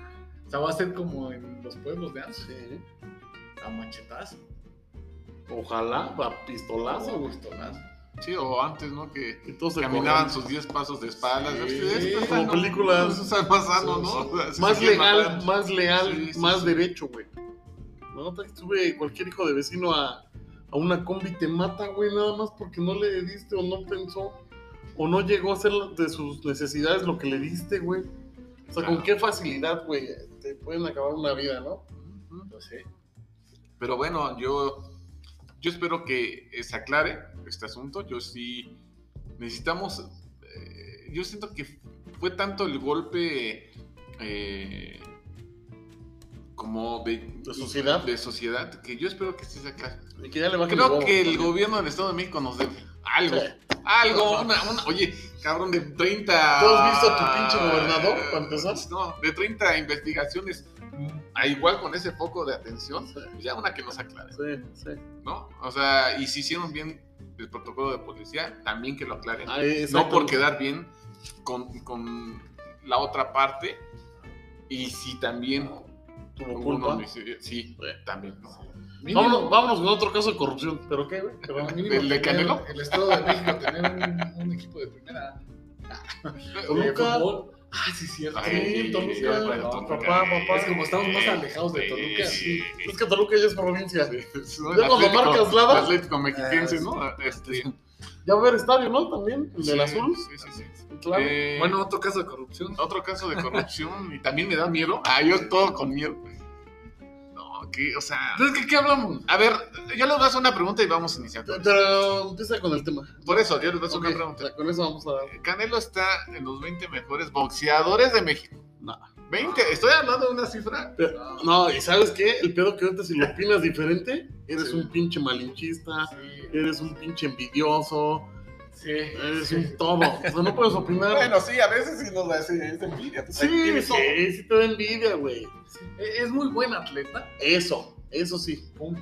[SPEAKER 3] o sea, va a ser como en los pueblos de antes,
[SPEAKER 2] Sí.
[SPEAKER 3] a machetazo,
[SPEAKER 2] Ojalá, a pistolazo,
[SPEAKER 3] o a
[SPEAKER 2] güey.
[SPEAKER 3] pistolazo.
[SPEAKER 1] Sí, o antes, ¿no? Que
[SPEAKER 2] Y todos se
[SPEAKER 1] caminaban
[SPEAKER 2] corrían.
[SPEAKER 1] sus 10 pasos de espaldas.
[SPEAKER 3] Sí,
[SPEAKER 1] Ustedes, pues,
[SPEAKER 2] como
[SPEAKER 1] no,
[SPEAKER 2] películas.
[SPEAKER 1] eso está más sano,
[SPEAKER 3] Sí,
[SPEAKER 1] ¿no?
[SPEAKER 3] sí.
[SPEAKER 1] O sea, si
[SPEAKER 2] Más
[SPEAKER 1] se quieren
[SPEAKER 2] legal,
[SPEAKER 1] matar,
[SPEAKER 2] más leal,
[SPEAKER 1] Sí, sí,
[SPEAKER 2] más
[SPEAKER 1] sí.
[SPEAKER 2] derecho, güey. No, te sube cualquier hijo de vecino a, a una combi y te mata, güey, nada más porque no le diste o no pensó o no llegó a hacer de sus necesidades lo que le diste, güey. O sea,
[SPEAKER 1] Claro.
[SPEAKER 2] con qué facilidad, güey, te pueden acabar una vida, ¿no?
[SPEAKER 1] Ujú.
[SPEAKER 3] No sé.
[SPEAKER 1] Pero bueno, yo, yo espero que eh, se aclare este asunto. Yo sí necesitamos. eh, yo siento que fue tanto el golpe eh, como de,
[SPEAKER 2] De sociedad.
[SPEAKER 1] de sociedad que yo espero que sí se aclare.
[SPEAKER 2] Y que ya le bajen
[SPEAKER 1] Creo
[SPEAKER 2] huevo,
[SPEAKER 1] que el
[SPEAKER 2] también.
[SPEAKER 1] gobierno del Estado de México nos debe algo.
[SPEAKER 2] Sí.
[SPEAKER 1] Algo, una, una, oye, cabrón, de 30.
[SPEAKER 2] ¿Tú has visto a tu pinche gobernador, para empezar?
[SPEAKER 1] No, de 30 investigaciones, mm, a igual con ese foco de atención, ya una que nos aclare,
[SPEAKER 2] Sí, sí.
[SPEAKER 1] ¿no? O sea, y si hicieron bien el protocolo de policía, también que lo aclaren.
[SPEAKER 2] Ah, exacto.
[SPEAKER 1] no por quedar bien con, con la otra parte, y si también
[SPEAKER 2] Tuvo
[SPEAKER 1] hubo
[SPEAKER 2] culpa.
[SPEAKER 1] un homicidio, sí, también. ¿no?
[SPEAKER 3] Mínimo-
[SPEAKER 2] Vámonos, vámonos con otro caso de corrupción. ¿Pero qué, güey? Que vamos-
[SPEAKER 3] mínimo
[SPEAKER 1] ¿El de
[SPEAKER 3] tener
[SPEAKER 1] Canelo?
[SPEAKER 3] El Estado de México, tener un, un equipo de primera. de
[SPEAKER 2] Toluca.
[SPEAKER 3] fútbol. Ah, sí, cierto.
[SPEAKER 1] Ay,
[SPEAKER 3] Sí, Toluca.
[SPEAKER 2] sí, bueno,
[SPEAKER 3] No,
[SPEAKER 1] Toluca,
[SPEAKER 2] papá, papá.
[SPEAKER 3] Es como estamos más alejados de Toluca.
[SPEAKER 1] Sí,
[SPEAKER 2] Es que Toluca ya es provincia.
[SPEAKER 1] ¿no?
[SPEAKER 2] Ya cuando
[SPEAKER 1] Atlético-
[SPEAKER 2] marcas Lada.
[SPEAKER 1] Atlético mexiquense,
[SPEAKER 3] Ah,
[SPEAKER 1] ¿no? Este,
[SPEAKER 2] Ya va a haber estadio, ¿no? También, el del
[SPEAKER 1] sí,
[SPEAKER 2] azul.
[SPEAKER 1] Sí, sí, sí.
[SPEAKER 2] Claro.
[SPEAKER 1] Eh,
[SPEAKER 3] Bueno, otro caso de corrupción.
[SPEAKER 2] Oh.
[SPEAKER 1] otro caso de corrupción y también me da miedo. Ah, yo todo con miedo. No, que, o sea.
[SPEAKER 3] Entonces, ¿qué, qué hablamos?
[SPEAKER 1] A ver, yo les voy a hacer una pregunta y vamos a iniciar.
[SPEAKER 2] Pero empieza con el tema.
[SPEAKER 1] Por eso, yo les voy a hacer
[SPEAKER 2] Ok,
[SPEAKER 1] una pregunta.
[SPEAKER 2] ya, con eso vamos a dar.
[SPEAKER 1] Canelo está en los 20 mejores boxeadores de México.
[SPEAKER 2] No.
[SPEAKER 1] 20, estoy hablando de una cifra.
[SPEAKER 2] No, y ¿sabes qué? El pedo que ahorita si lo opinas diferente, eres
[SPEAKER 3] Sí.
[SPEAKER 2] un pinche
[SPEAKER 1] Ah.
[SPEAKER 2] malinchista,
[SPEAKER 3] Sí,
[SPEAKER 2] eres un pinche envidioso,
[SPEAKER 3] sí.
[SPEAKER 2] eres
[SPEAKER 3] sí.
[SPEAKER 2] un todo. O sea, no puedes opinar.
[SPEAKER 1] sí, a veces sí nos da ese envidia.
[SPEAKER 2] sí, sí, sí te da envidia, güey.
[SPEAKER 3] E, Es es muy buen atleta.
[SPEAKER 2] Eso, eso sí.
[SPEAKER 3] Punto.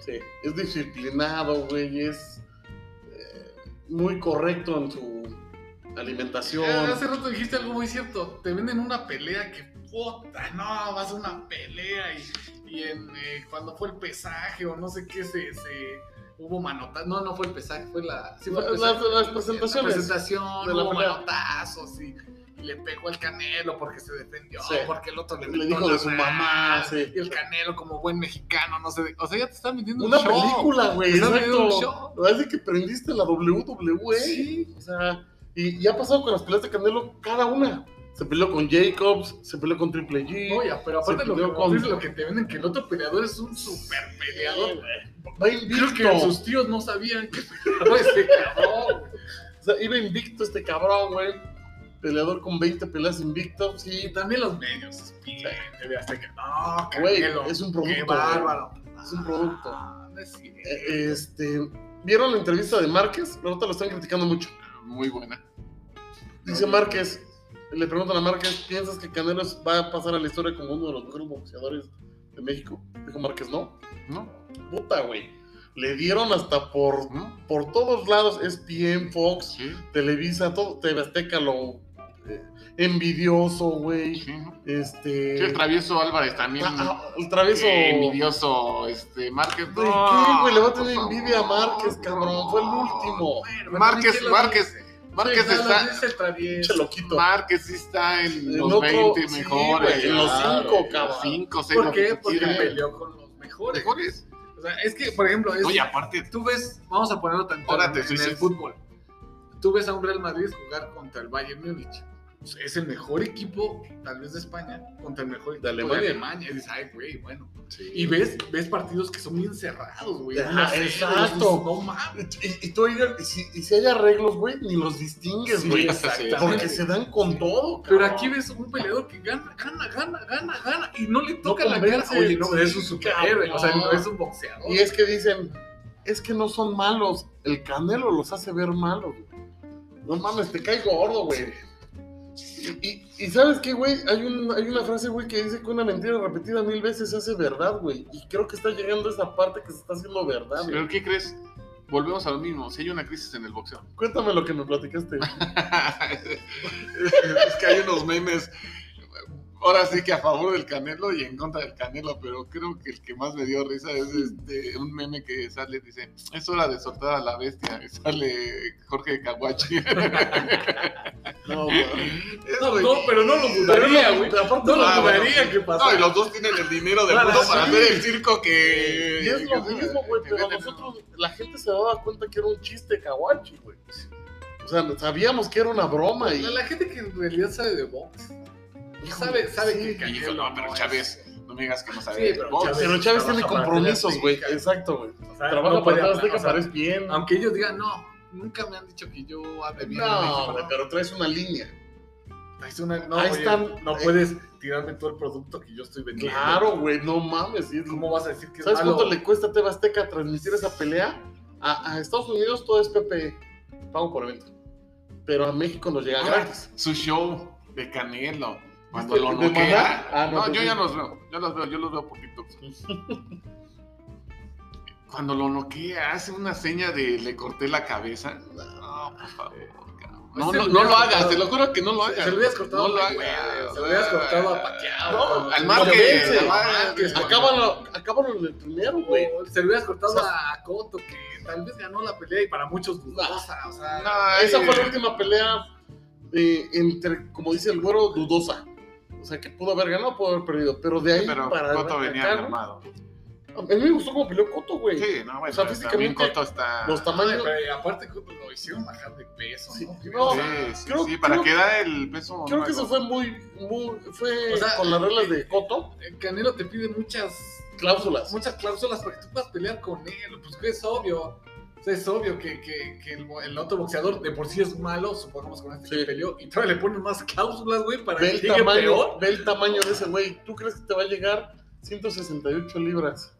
[SPEAKER 2] Sí. Es disciplinado, güey, es eh, muy correcto en su alimentación.
[SPEAKER 3] Ah, Hace rato dijiste algo muy cierto. Te venden una pelea que puta, no, vas a una pelea y, y en, eh, cuando fue el pesaje o no sé qué se, se- hubo manotas. No, no fue el pesaje, fue la. sí fue el
[SPEAKER 2] Las-
[SPEAKER 3] pesaje.
[SPEAKER 2] las presentaciones.
[SPEAKER 3] La presentación,
[SPEAKER 2] De la
[SPEAKER 3] hubo
[SPEAKER 2] pelea.
[SPEAKER 3] manotazos y, y le pegó al canelo porque se defendió,
[SPEAKER 2] Sí.
[SPEAKER 3] porque el otro le,
[SPEAKER 2] Le
[SPEAKER 3] metió
[SPEAKER 2] dijo
[SPEAKER 3] la
[SPEAKER 2] de su
[SPEAKER 3] mano,
[SPEAKER 2] mamá, sí.
[SPEAKER 3] Y el canelo como buen mexicano, no sé. O sea, ya te están vendiendo
[SPEAKER 2] Una
[SPEAKER 3] un show.
[SPEAKER 2] película, güey.
[SPEAKER 3] Te están vendiendo
[SPEAKER 2] Exacto.
[SPEAKER 3] un show.
[SPEAKER 2] Parece que prendiste la WWE.
[SPEAKER 3] Sí.
[SPEAKER 2] O sea, y, y ha pasado con las peleas de Canelo cada una. Se peleó con Jacobs, se peleó con Triple G.
[SPEAKER 3] Oye, pero aparte
[SPEAKER 2] Se
[SPEAKER 3] lo que,
[SPEAKER 2] peleó con-
[SPEAKER 3] dices, lo que te venden que el otro peleador es un super peleador.
[SPEAKER 2] va
[SPEAKER 3] Creo
[SPEAKER 2] invicto.
[SPEAKER 3] que sus tíos no sabían que peleaba ese cabrón.
[SPEAKER 2] O sea, iba invicto este cabrón, güey. Peleador con 20 peleas invicto.
[SPEAKER 3] Y
[SPEAKER 2] Sí,
[SPEAKER 3] también los medios. bien, TV Azteca. No,
[SPEAKER 2] Güey,
[SPEAKER 3] Canelo,
[SPEAKER 2] es un producto,
[SPEAKER 3] Qué bárbaro.
[SPEAKER 2] es un producto.
[SPEAKER 3] Ah, no es cierto.
[SPEAKER 2] Eh, Este, ¿Vieron la entrevista de Márquez? Ahorita lo están criticando mucho.
[SPEAKER 1] Muy buena.
[SPEAKER 2] Dice Márquez, le preguntan a Márquez, ¿piensas que Canelo va a pasar a la historia como uno de los mejores boxeadores de México? Dijo Márquez, no.
[SPEAKER 1] ¿No?
[SPEAKER 2] Puta, güey. Le dieron hasta por,
[SPEAKER 1] ¿No?
[SPEAKER 2] por todos lados, E ESPN, Fox,
[SPEAKER 1] Sí,
[SPEAKER 2] Televisa, todo, TV Azteca, lo eh, envidioso, güey.
[SPEAKER 1] sí, ¿no?
[SPEAKER 2] Este...
[SPEAKER 1] Sí, el travieso Álvarez también.
[SPEAKER 2] ah, ah, el travieso...
[SPEAKER 1] Eh, envidioso, este, Márquez.
[SPEAKER 2] ¿De
[SPEAKER 1] no,
[SPEAKER 2] qué, güey? Le va a
[SPEAKER 1] por
[SPEAKER 2] tener
[SPEAKER 1] favor.
[SPEAKER 2] envidia a Márquez, cabrón. Fue el último.
[SPEAKER 3] Bueno,
[SPEAKER 1] Márquez,
[SPEAKER 3] ¿quién lo
[SPEAKER 1] Márquez.
[SPEAKER 3] dice?
[SPEAKER 1] Márquez
[SPEAKER 3] Regálame
[SPEAKER 1] está.
[SPEAKER 3] ese travieso.
[SPEAKER 2] Pinche loquito.
[SPEAKER 1] Márquez sí está en
[SPEAKER 2] En
[SPEAKER 1] los
[SPEAKER 2] otro-
[SPEAKER 1] 20
[SPEAKER 2] sí,
[SPEAKER 1] mejores.
[SPEAKER 2] güey, en los
[SPEAKER 1] claro,
[SPEAKER 2] cinco,
[SPEAKER 1] en los
[SPEAKER 2] cabrón.
[SPEAKER 1] cinco, seis,
[SPEAKER 3] ¿Por
[SPEAKER 1] lo
[SPEAKER 3] qué?
[SPEAKER 1] que
[SPEAKER 3] Porque
[SPEAKER 1] quieran.
[SPEAKER 3] peleó con los mejores.
[SPEAKER 1] Mejores.
[SPEAKER 3] O sea, es que, por ejemplo, es-
[SPEAKER 1] Oye, aparte,
[SPEAKER 3] tú ves, vamos a ponerlo tan
[SPEAKER 1] Ahora
[SPEAKER 3] en,
[SPEAKER 1] te soy
[SPEAKER 3] en el
[SPEAKER 1] sincero.
[SPEAKER 3] fútbol. Tú ves a un Real Madrid jugar contra el Bayern Múnich. Pues, es el mejor equipo, tal vez de España, contra el mejor equipo de
[SPEAKER 2] Alemania.
[SPEAKER 3] Alemania. De Alemania. Y dices, ay, güey, bueno. Y ves, ves partidos que son bien cerrados, güey.
[SPEAKER 2] Ah,
[SPEAKER 3] Uno a cero,
[SPEAKER 2] exacto.
[SPEAKER 3] dices, No mames.
[SPEAKER 2] Y, y tú, oigan, y si, y si hay arreglos, güey, ni los distingues,
[SPEAKER 1] Sí,
[SPEAKER 2] güey.
[SPEAKER 1] exactamente.
[SPEAKER 2] porque se dan con todo,
[SPEAKER 3] Pero
[SPEAKER 2] cabrón.
[SPEAKER 3] aquí ves un peleador que gana, gana, gana, gana, gana. Y no le toca la cara.
[SPEAKER 2] convence.
[SPEAKER 3] Oye, no, es un
[SPEAKER 2] Sí,
[SPEAKER 3] superhéroe. O sea,
[SPEAKER 2] cabrón.
[SPEAKER 3] no es un boxeador.
[SPEAKER 2] Y es que dicen, es que no son malos. El canelo los hace ver malos. güey. No mames, te cae gordo, güey. Y, y- y sabes qué, güey, hay, un- hay una frase, güey, que dice que una mentira repetida mil veces se hace verdad, güey. Y creo que está llegando esa parte que se está haciendo verdad, güey.
[SPEAKER 1] ¿pero qué crees? Volvemos a lo mismo. Si hay una crisis en el boxeo.
[SPEAKER 2] Cuéntame lo que me platicaste.
[SPEAKER 1] es que hay unos memes. Ahora sí que a favor del Canelo y en contra del Canelo, pero creo que el que más me dio risa es este, un meme que sale, dice, es hora de soltar a la bestia, y sale Jorge Caguachi.
[SPEAKER 2] No, güey.
[SPEAKER 3] No, no, pero no lo dudaría, güey.
[SPEAKER 2] Pero aparte
[SPEAKER 3] No lo
[SPEAKER 1] Ah, bueno.
[SPEAKER 3] dudaría que
[SPEAKER 1] No,
[SPEAKER 3] pasara.
[SPEAKER 1] y los dos tienen el dinero del
[SPEAKER 3] Claro,
[SPEAKER 1] mundo para
[SPEAKER 3] sí.
[SPEAKER 1] hacer el circo que...
[SPEAKER 2] Y es lo
[SPEAKER 1] que-
[SPEAKER 2] mismo, güey,
[SPEAKER 1] que
[SPEAKER 2] pero
[SPEAKER 1] venden.
[SPEAKER 2] nosotros, la gente se daba cuenta que era un chiste kawachi, güey. O sea, sabíamos que era una broma y...
[SPEAKER 3] La, la gente que en realidad sabe de box. Sabe, sabe que
[SPEAKER 1] Y dijo, no, pero Chávez, no me digas que no sabe.
[SPEAKER 3] Sí,
[SPEAKER 1] de
[SPEAKER 3] pero
[SPEAKER 1] box".
[SPEAKER 3] Chávez-
[SPEAKER 2] Pero Chávez tiene
[SPEAKER 3] trabaja para
[SPEAKER 2] compromisos,
[SPEAKER 3] Tele
[SPEAKER 2] güey.
[SPEAKER 3] Azteca.
[SPEAKER 2] Exacto, güey.
[SPEAKER 3] o sea,
[SPEAKER 2] Trabaja
[SPEAKER 3] no
[SPEAKER 2] para
[SPEAKER 3] puede
[SPEAKER 2] Tele
[SPEAKER 3] hablar,
[SPEAKER 2] Azteca,
[SPEAKER 3] o sea,
[SPEAKER 2] parece bien.
[SPEAKER 3] Aunque ellos digan, Ah, no, nunca me han dicho que yo hable bien. de México",
[SPEAKER 2] No, güey, pero traes una línea.
[SPEAKER 3] Es una- no,
[SPEAKER 2] Ahí
[SPEAKER 3] oye,
[SPEAKER 2] están-
[SPEAKER 3] no
[SPEAKER 2] eh.
[SPEAKER 3] puedes tirarme todo el producto que yo estoy vendiendo.
[SPEAKER 2] Claro, güey, no mames. sí es-
[SPEAKER 3] ¿Cómo vas a decir que es
[SPEAKER 2] ¿Sabes
[SPEAKER 3] malo?
[SPEAKER 2] cuánto le cuesta a TV Azteca transmitir esa pelea? A, a Estados Unidos todo es PPE, pago por evento. Pero a México nos
[SPEAKER 3] Ah,
[SPEAKER 2] llega
[SPEAKER 1] Ahora,
[SPEAKER 2] gratis.
[SPEAKER 1] su show de Canelo. Cuando
[SPEAKER 2] ¿De-
[SPEAKER 1] lo
[SPEAKER 2] de
[SPEAKER 1] noquea.
[SPEAKER 2] Maná? Ah, no,
[SPEAKER 1] no,
[SPEAKER 2] pues
[SPEAKER 1] yo
[SPEAKER 2] sí.
[SPEAKER 1] ya los veo. Yo los veo, yo los veo por TikTok. Cuando lo noquea, hace una seña de le corté la cabeza. No, por favor, cabrón. No,
[SPEAKER 3] Se
[SPEAKER 1] no, no
[SPEAKER 3] lo hubieras
[SPEAKER 1] lo hagas,
[SPEAKER 3] cortado.
[SPEAKER 1] te lo juro que no lo
[SPEAKER 3] Se-
[SPEAKER 1] hagas.
[SPEAKER 3] se lo hubieras
[SPEAKER 1] No
[SPEAKER 3] cortado a
[SPEAKER 1] lo
[SPEAKER 3] Mayweather,
[SPEAKER 1] hagas.
[SPEAKER 3] se lo hubieras cortado a Pacquiao.
[SPEAKER 1] No, al
[SPEAKER 3] Lo
[SPEAKER 1] Márquez.
[SPEAKER 2] vence.
[SPEAKER 1] al Márquez.
[SPEAKER 3] Márquez,
[SPEAKER 2] Acábalo, acábalo en el primero, güey.
[SPEAKER 3] O Se lo hubieras cortado
[SPEAKER 2] O sea,
[SPEAKER 3] a Coto, que tal vez ganó la pelea y para muchos dudosa. O sea,
[SPEAKER 1] No,
[SPEAKER 2] Esa
[SPEAKER 1] eh,
[SPEAKER 2] fue la última pelea eh, entre, como dice el güero, dudosa. O sea, que pudo haber ganado, pudo haber perdido. Pero de ahí
[SPEAKER 1] Pero
[SPEAKER 2] para
[SPEAKER 1] Coto venía
[SPEAKER 2] acá,
[SPEAKER 1] armado.
[SPEAKER 2] A mí me gustó como peleó Coto, güey.
[SPEAKER 1] Sí, no, bueno.
[SPEAKER 2] O sea,
[SPEAKER 1] pero también
[SPEAKER 2] físicamente,
[SPEAKER 1] Coto está.
[SPEAKER 2] Los
[SPEAKER 3] Ay,
[SPEAKER 2] tamaños.
[SPEAKER 3] pero y aparte Coto lo hicieron bajar de peso,
[SPEAKER 2] Sí,
[SPEAKER 3] ¿no?
[SPEAKER 2] no,
[SPEAKER 3] O
[SPEAKER 1] Sí,
[SPEAKER 3] sea,
[SPEAKER 1] sí,
[SPEAKER 2] creo-
[SPEAKER 1] sí, para
[SPEAKER 2] creo-
[SPEAKER 1] que da el peso.
[SPEAKER 2] Creo
[SPEAKER 1] no
[SPEAKER 2] que
[SPEAKER 1] me
[SPEAKER 2] se
[SPEAKER 1] acuerdo.
[SPEAKER 2] fue muy, muy fue
[SPEAKER 3] O sea,
[SPEAKER 2] con las reglas de Coto,
[SPEAKER 3] el Canelo te pide muchas
[SPEAKER 2] cláusulas.
[SPEAKER 3] muchas cláusulas para que tú puedas pelear con él. Pues que es obvio. O sea, es obvio que, que- que el, bo- el otro boxeador de por sí es malo, supongamos con este que
[SPEAKER 2] Sí.
[SPEAKER 3] peleó, y todavía le ponen más cláusulas, güey, para
[SPEAKER 2] Ve
[SPEAKER 3] que
[SPEAKER 2] el,
[SPEAKER 3] llegue
[SPEAKER 2] tamaño,
[SPEAKER 3] peor.
[SPEAKER 2] ve el tamaño de ese güey. ¿Tú crees que te va a llegar 168 libras?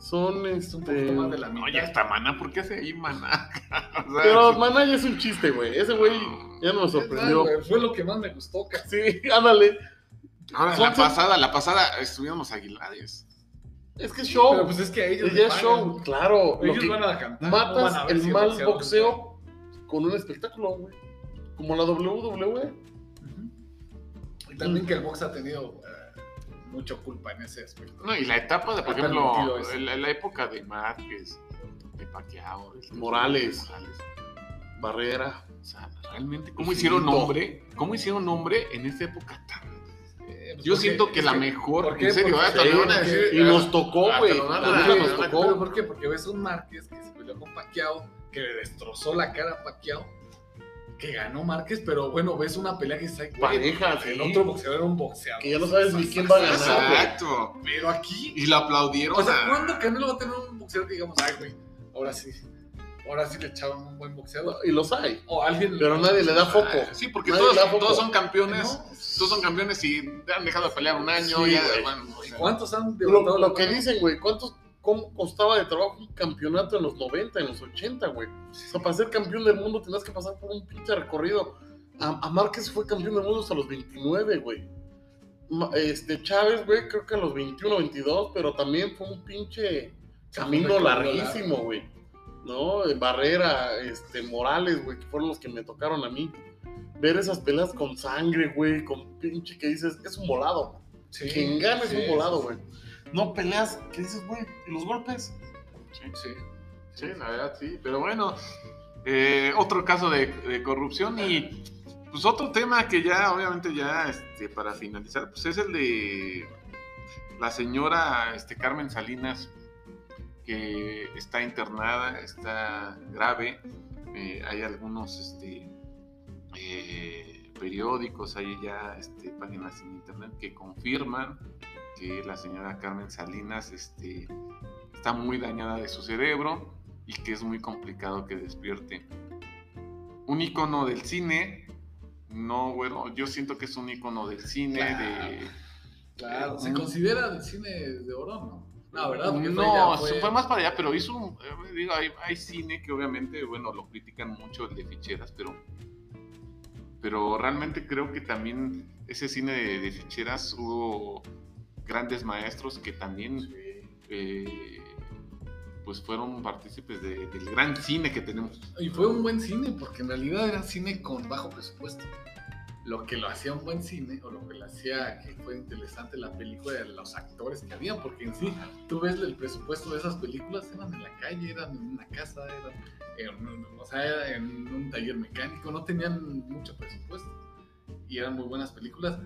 [SPEAKER 2] Son
[SPEAKER 3] Es
[SPEAKER 2] este...
[SPEAKER 3] un poquito más de la mitad.
[SPEAKER 1] Oye, hasta maná, ¿por qué hace ahí maná? O sea,
[SPEAKER 2] Pero Maná ya es un chiste, güey. Ese güey ya nos
[SPEAKER 3] Es más,
[SPEAKER 2] sorprendió.
[SPEAKER 3] güey, Fue lo que más me gustó, ca-
[SPEAKER 2] Sí, ándale.
[SPEAKER 1] Ahora, la
[SPEAKER 2] Son- son-
[SPEAKER 1] pasada, la pasada estuvimos aguilares.
[SPEAKER 2] Es que es
[SPEAKER 3] Pero
[SPEAKER 2] show.
[SPEAKER 3] pues es que a ellos
[SPEAKER 2] ya
[SPEAKER 3] les
[SPEAKER 2] es
[SPEAKER 3] pagan.
[SPEAKER 2] show, claro. Lo
[SPEAKER 3] Ellos
[SPEAKER 2] que
[SPEAKER 3] van a cantar. no van a
[SPEAKER 2] matas
[SPEAKER 3] ver
[SPEAKER 2] el
[SPEAKER 3] si
[SPEAKER 2] mal
[SPEAKER 3] boxearon.
[SPEAKER 2] boxeo con un espectáculo, güey. Como la E, WWE.
[SPEAKER 3] Ujú. Y también que el box ha tenido eh, mucho culpa en ese aspecto.
[SPEAKER 1] No, y la etapa de, por
[SPEAKER 3] Está
[SPEAKER 1] ejemplo,
[SPEAKER 3] permitido eso.
[SPEAKER 1] la, la época de Márquez, de Paquiao, de
[SPEAKER 2] Morales.
[SPEAKER 1] Morales.
[SPEAKER 2] Barrera.
[SPEAKER 1] O sea, realmente, ¿cómo
[SPEAKER 2] Infinito.
[SPEAKER 1] hicieron nombre? ¿Cómo hicieron nombre en esa época tan?
[SPEAKER 3] Eh, pues
[SPEAKER 1] Yo
[SPEAKER 3] porque-
[SPEAKER 1] siento que
[SPEAKER 3] es
[SPEAKER 1] la mejor,
[SPEAKER 3] ¿por qué?
[SPEAKER 1] en serio,
[SPEAKER 3] Porque-
[SPEAKER 1] hasta me van a decir,
[SPEAKER 2] Y nos tocó,
[SPEAKER 1] Ah,
[SPEAKER 2] güey.
[SPEAKER 1] pero no,
[SPEAKER 2] La
[SPEAKER 1] no,
[SPEAKER 2] neta
[SPEAKER 1] no,
[SPEAKER 2] nos
[SPEAKER 1] no,
[SPEAKER 3] ¿Pero
[SPEAKER 2] tocó.
[SPEAKER 3] por qué? Porque ves un Márquez que se peleó con Pacquiao, que le destrozó la cara a Pacquiao, que ganó Márquez, pero bueno, ves una pelea que está ahí, güey,
[SPEAKER 2] Pareja, sí.
[SPEAKER 3] el otro boxeador era un boxeador.
[SPEAKER 2] Que ya no sabes ni quién va a ganar, güey.
[SPEAKER 1] Exacto.
[SPEAKER 3] Pero aquí,
[SPEAKER 1] Y lo aplaudieron.
[SPEAKER 3] o sea,
[SPEAKER 1] a-
[SPEAKER 3] ¿cuándo Canelo va a tener un boxeador que digamos, ay, güey, ahora sí, ahora sí le echaron un buen boxeador?
[SPEAKER 2] Y los hay.
[SPEAKER 3] O alguien...
[SPEAKER 2] Pero nadie le da foco.
[SPEAKER 1] Ah, Sí, porque
[SPEAKER 2] Nadie
[SPEAKER 1] todos,
[SPEAKER 2] le da foco.
[SPEAKER 1] todos son campeones.
[SPEAKER 3] ¿No?
[SPEAKER 1] Todos son campeones y han dejado de pelear un año.
[SPEAKER 2] Sí,
[SPEAKER 1] ya,
[SPEAKER 2] güey.
[SPEAKER 1] bueno, o sea,
[SPEAKER 3] ¿Cuántos
[SPEAKER 2] Lo,
[SPEAKER 3] han derrotado
[SPEAKER 2] lo
[SPEAKER 3] la
[SPEAKER 2] que
[SPEAKER 3] cara?
[SPEAKER 2] dicen, güey, ¿cuántos, ¿cómo costaba de trabajo un campeonato en los 90, en los 80, güey? O sea, para ser campeón del mundo tenías que pasar por un pinche recorrido. A, a Márquez fue campeón del mundo hasta los 29, güey. Ma- Este, Chávez, güey, creo que a los 21, 22, pero también fue un pinche camino
[SPEAKER 3] recorrido
[SPEAKER 2] larguísimo, güey. ¿No? Eh, Barrera, este, Morales, güey, que fueron los que me tocaron a mí. Ver esas peleas con sangre, güey, con pinche que dices, es un volado.
[SPEAKER 3] Sí,
[SPEAKER 2] Quien gana es
[SPEAKER 3] sí,
[SPEAKER 2] un volado, güey. No peleas, que dices, güey, ¿y los golpes?
[SPEAKER 3] Sí.
[SPEAKER 1] Sí, la verdad, sí. Pero bueno, Eh, otro caso de, de corrupción y pues otro tema que ya, obviamente, ya este, para finalizar, pues es el de la señora este, Carmen Salinas, que está internada, está grave. Eh, hay algunos este, eh, periódicos, hay ya este, páginas en internet que confirman que la señora Carmen Salinas este, está muy dañada de su cerebro y que es muy complicado que despierte. Un icono del cine, no, bueno, yo siento que es un icono del cine,
[SPEAKER 3] Claro.
[SPEAKER 1] de,
[SPEAKER 3] Claro, ¿se
[SPEAKER 1] Mm.
[SPEAKER 3] considera del cine de oro no? No, ¿verdad? Porque fue
[SPEAKER 1] No,
[SPEAKER 3] ya,
[SPEAKER 1] fue, más para allá, pero hizo, un- eh, digo, hay, hay cine que obviamente, bueno, lo critican mucho el de ficheras, pero, pero realmente creo que también ese cine de, de ficheras hubo grandes maestros que también, eh, pues, fueron partícipes de- del gran cine que tenemos.
[SPEAKER 3] Y fue un buen cine, porque en realidad era cine con bajo presupuesto. Lo que lo hacía un buen cine, o lo que lo hacía que fue interesante la película, eran los actores que había, porque en sí, tú ves el presupuesto de esas películas, eran en la calle, eran en una casa, eran en, un- o sea, era en un taller mecánico, no tenían mucho presupuesto. Y eran muy buenas películas.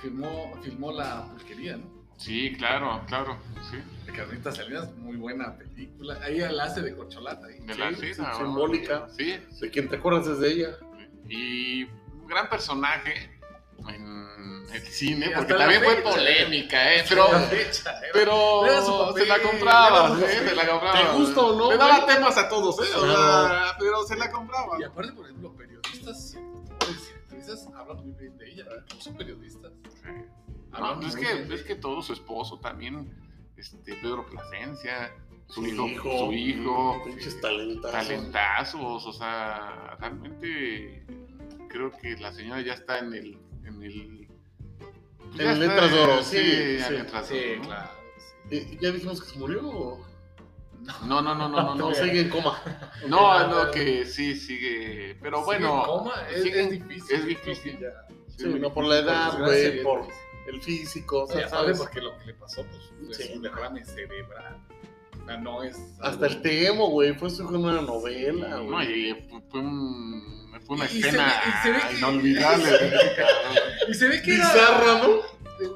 [SPEAKER 3] Filmó, filmó la pulquería, ¿no?
[SPEAKER 1] Sí, claro, claro, sí.
[SPEAKER 3] De Carnitas Salinas, muy buena película. Ahí la hace de corcholata. ¿eh? ahí.
[SPEAKER 1] De la
[SPEAKER 2] Sí,
[SPEAKER 1] sí,
[SPEAKER 2] sí,
[SPEAKER 1] la-
[SPEAKER 2] simbólica.
[SPEAKER 1] Sí,
[SPEAKER 2] De quien te acuerdas es de ella.
[SPEAKER 1] y un gran personaje en el cine,
[SPEAKER 3] Sí,
[SPEAKER 1] porque
[SPEAKER 3] hasta la
[SPEAKER 1] también fue
[SPEAKER 3] fecha.
[SPEAKER 1] polémica, ¿eh? Pero,
[SPEAKER 3] La fecha, era-
[SPEAKER 1] pero
[SPEAKER 3] era su papel,
[SPEAKER 1] se la compraba,
[SPEAKER 3] era su
[SPEAKER 1] ¿eh?
[SPEAKER 3] papel.
[SPEAKER 1] Se la compraba.
[SPEAKER 2] ¿Te gusta o no,
[SPEAKER 1] Le daba
[SPEAKER 2] güey?
[SPEAKER 1] temas a todos, ¿eh? O
[SPEAKER 2] Claro.
[SPEAKER 1] sea, pero se la compraba.
[SPEAKER 3] Y aparte, por ejemplo, periodistas y actores y actrices hablan muy bien de ella, incluso periodistas.
[SPEAKER 1] No,
[SPEAKER 3] Hablan
[SPEAKER 1] pues es,
[SPEAKER 3] muy bien
[SPEAKER 1] que,
[SPEAKER 3] de
[SPEAKER 1] es que todo su esposo también, este, Pedro Plasencia, su
[SPEAKER 2] Su
[SPEAKER 1] hijo, Mm,
[SPEAKER 2] hijo.
[SPEAKER 1] su hijo,
[SPEAKER 2] Pinches talentazos.
[SPEAKER 1] talentazos, o sea, realmente creo que la señora ya está en el... En el
[SPEAKER 2] En letras de oro, sí,
[SPEAKER 1] en
[SPEAKER 2] sí,
[SPEAKER 1] letras de oro,
[SPEAKER 3] ella.
[SPEAKER 1] ¿no?
[SPEAKER 3] Sí, claro. sí.
[SPEAKER 2] Eh, ¿Ya dijimos que se murió o
[SPEAKER 1] No, no, no, no, no, no.
[SPEAKER 2] no sigue en coma?
[SPEAKER 1] No, no, que sí sigue. Pero
[SPEAKER 3] Sí,
[SPEAKER 1] bueno,
[SPEAKER 3] coma, es,
[SPEAKER 1] sí,
[SPEAKER 3] es difícil.
[SPEAKER 1] es difícil.
[SPEAKER 3] Ya. Pues
[SPEAKER 2] Sí, no, por la edad, Pues güey, por el físico, o sea,
[SPEAKER 3] Ya
[SPEAKER 2] ¿sabes?
[SPEAKER 3] sabes, porque lo que le pasó pues,
[SPEAKER 2] Sí.
[SPEAKER 3] es un derrame cerebral. O sea, no es.
[SPEAKER 2] Hasta el Temo, güey, fue su hijo en una novela,
[SPEAKER 1] No,
[SPEAKER 2] güey.
[SPEAKER 1] y fue- fue, un- fue una
[SPEAKER 3] Y se
[SPEAKER 1] escena
[SPEAKER 3] ve- y se ve que-
[SPEAKER 1] inolvidable. güey, cabrón.
[SPEAKER 3] Y se ve que era.
[SPEAKER 2] Bizarra, ¿no?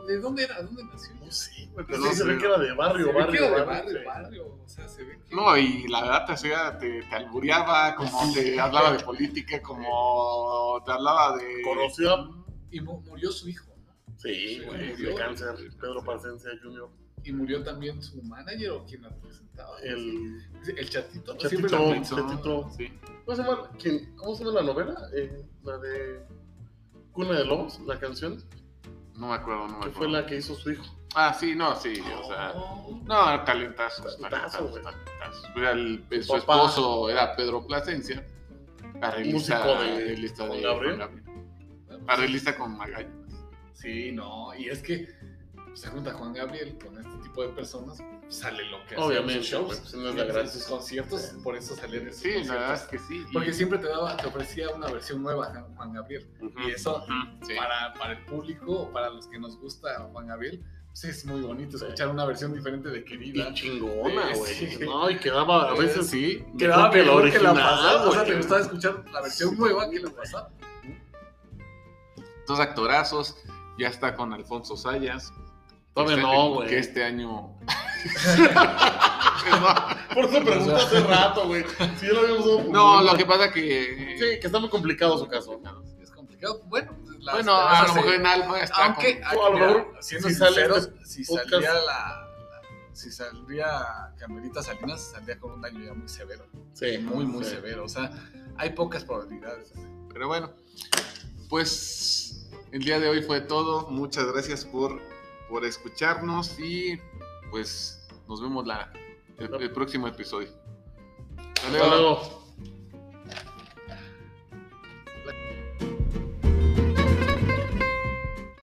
[SPEAKER 3] ¿De, de dónde era? ¿De dónde nació?
[SPEAKER 2] No sé, güey,
[SPEAKER 1] Pues No
[SPEAKER 2] pero sí se
[SPEAKER 1] sé.
[SPEAKER 2] ve que era de barrio,
[SPEAKER 3] se ve que
[SPEAKER 2] barrio,
[SPEAKER 3] era de
[SPEAKER 2] barrio.
[SPEAKER 3] barrio,
[SPEAKER 2] güey.
[SPEAKER 3] barrio. O sea, se ve que.
[SPEAKER 1] No, y la verdad te, hacía- te, te albureaba, como te hablaba de política, como te hablaba de...
[SPEAKER 2] Conoció a...
[SPEAKER 3] Y mu- murió su hijo, ¿no?
[SPEAKER 2] Sí, güey,
[SPEAKER 3] murió.
[SPEAKER 2] de cáncer, Pedro Plasencia Jr.,
[SPEAKER 3] Y murió también su manager o quien la presentaba.
[SPEAKER 2] el...
[SPEAKER 3] El chatito.
[SPEAKER 2] Chatito.
[SPEAKER 3] siempre la
[SPEAKER 1] Platón,
[SPEAKER 3] presentó.
[SPEAKER 2] Platito.
[SPEAKER 1] sí.
[SPEAKER 2] ¿Cómo se llama, ¿Quién- cómo se llama la novela? Eh, la de Cuna de Lobos, la canción,
[SPEAKER 1] No me acuerdo, no me
[SPEAKER 2] que
[SPEAKER 1] acuerdo.
[SPEAKER 2] fue la que hizo su hijo.
[SPEAKER 1] Ah, sí, no, sí, o sea...
[SPEAKER 3] No.
[SPEAKER 1] No, talentazos,
[SPEAKER 2] Talentazo,
[SPEAKER 1] talentazos,
[SPEAKER 2] güey.
[SPEAKER 1] talentazos. Era el- su
[SPEAKER 2] Papá.
[SPEAKER 1] esposo era Pedro Plasencia, arreglista,
[SPEAKER 2] Músico de-
[SPEAKER 1] arreglista
[SPEAKER 2] con
[SPEAKER 1] de
[SPEAKER 2] Gabriel.
[SPEAKER 1] Juan Gabriel. Arreglista con Magallanes.
[SPEAKER 3] Sí, no. Y es que pues, se junta Juan Gabriel con este tipo de personas, sale lo que
[SPEAKER 2] Obviamente,
[SPEAKER 3] hacen sus shows.
[SPEAKER 2] güey, pues, no es
[SPEAKER 3] en
[SPEAKER 2] la gracia.
[SPEAKER 3] sus conciertos, por eso salían esos
[SPEAKER 1] Sí, la
[SPEAKER 3] conciertos.
[SPEAKER 1] verdad es que sí. y-
[SPEAKER 3] Porque siempre te daba, te ofrecía una versión nueva Juan Gabriel.
[SPEAKER 1] Ujú,
[SPEAKER 3] Y eso
[SPEAKER 1] ujú, sí.
[SPEAKER 3] para, para el público, o para los que nos gusta Juan Gabriel, pues es muy bonito escuchar una versión diferente de
[SPEAKER 2] Y
[SPEAKER 3] Querida.
[SPEAKER 2] chingona,
[SPEAKER 3] Sí,
[SPEAKER 2] güey.
[SPEAKER 3] sí.
[SPEAKER 2] No, y quedaba a veces
[SPEAKER 1] sí.
[SPEAKER 2] Quedaba
[SPEAKER 3] Creo
[SPEAKER 2] mejor que la
[SPEAKER 3] pasada,
[SPEAKER 2] original,
[SPEAKER 3] O sea,
[SPEAKER 2] güey.
[SPEAKER 3] te gustaba escuchar la versión nueva que la pasada.
[SPEAKER 1] Dos actorazos. Ya está con Alfonso Sayas.
[SPEAKER 2] Todavía
[SPEAKER 1] Que
[SPEAKER 2] no,
[SPEAKER 1] este-
[SPEAKER 2] güey.
[SPEAKER 1] Que este año.
[SPEAKER 2] Por eso pregunté hace rato, güey. Si ya lo habíamos dado por
[SPEAKER 1] no,
[SPEAKER 2] bueno.
[SPEAKER 1] lo que pasa que.
[SPEAKER 2] Sí, que está muy complicado su caso.
[SPEAKER 3] Es complicado. Bueno, pues, la
[SPEAKER 1] Bueno, a
[SPEAKER 3] esperanza
[SPEAKER 1] lo
[SPEAKER 3] se-
[SPEAKER 1] mejor en Alma está.
[SPEAKER 3] Aunque,
[SPEAKER 1] con-
[SPEAKER 2] a lo
[SPEAKER 3] mira,
[SPEAKER 2] mejor,
[SPEAKER 3] siendo
[SPEAKER 2] si sale este
[SPEAKER 3] sinceros, si
[SPEAKER 2] podcast-
[SPEAKER 3] saldría la, la- Si saldría Camerita Salinas, saldría con un daño ya muy severo.
[SPEAKER 2] Sí,
[SPEAKER 3] Muy, muy
[SPEAKER 2] sí.
[SPEAKER 3] severo. O sea, hay pocas probabilidades.
[SPEAKER 1] Pero bueno, pues el día de hoy fue todo. Muchas gracias por, por escucharnos y pues nos vemos la, el, el próximo episodio. Hasta
[SPEAKER 2] Hasta
[SPEAKER 1] luego.
[SPEAKER 2] luego.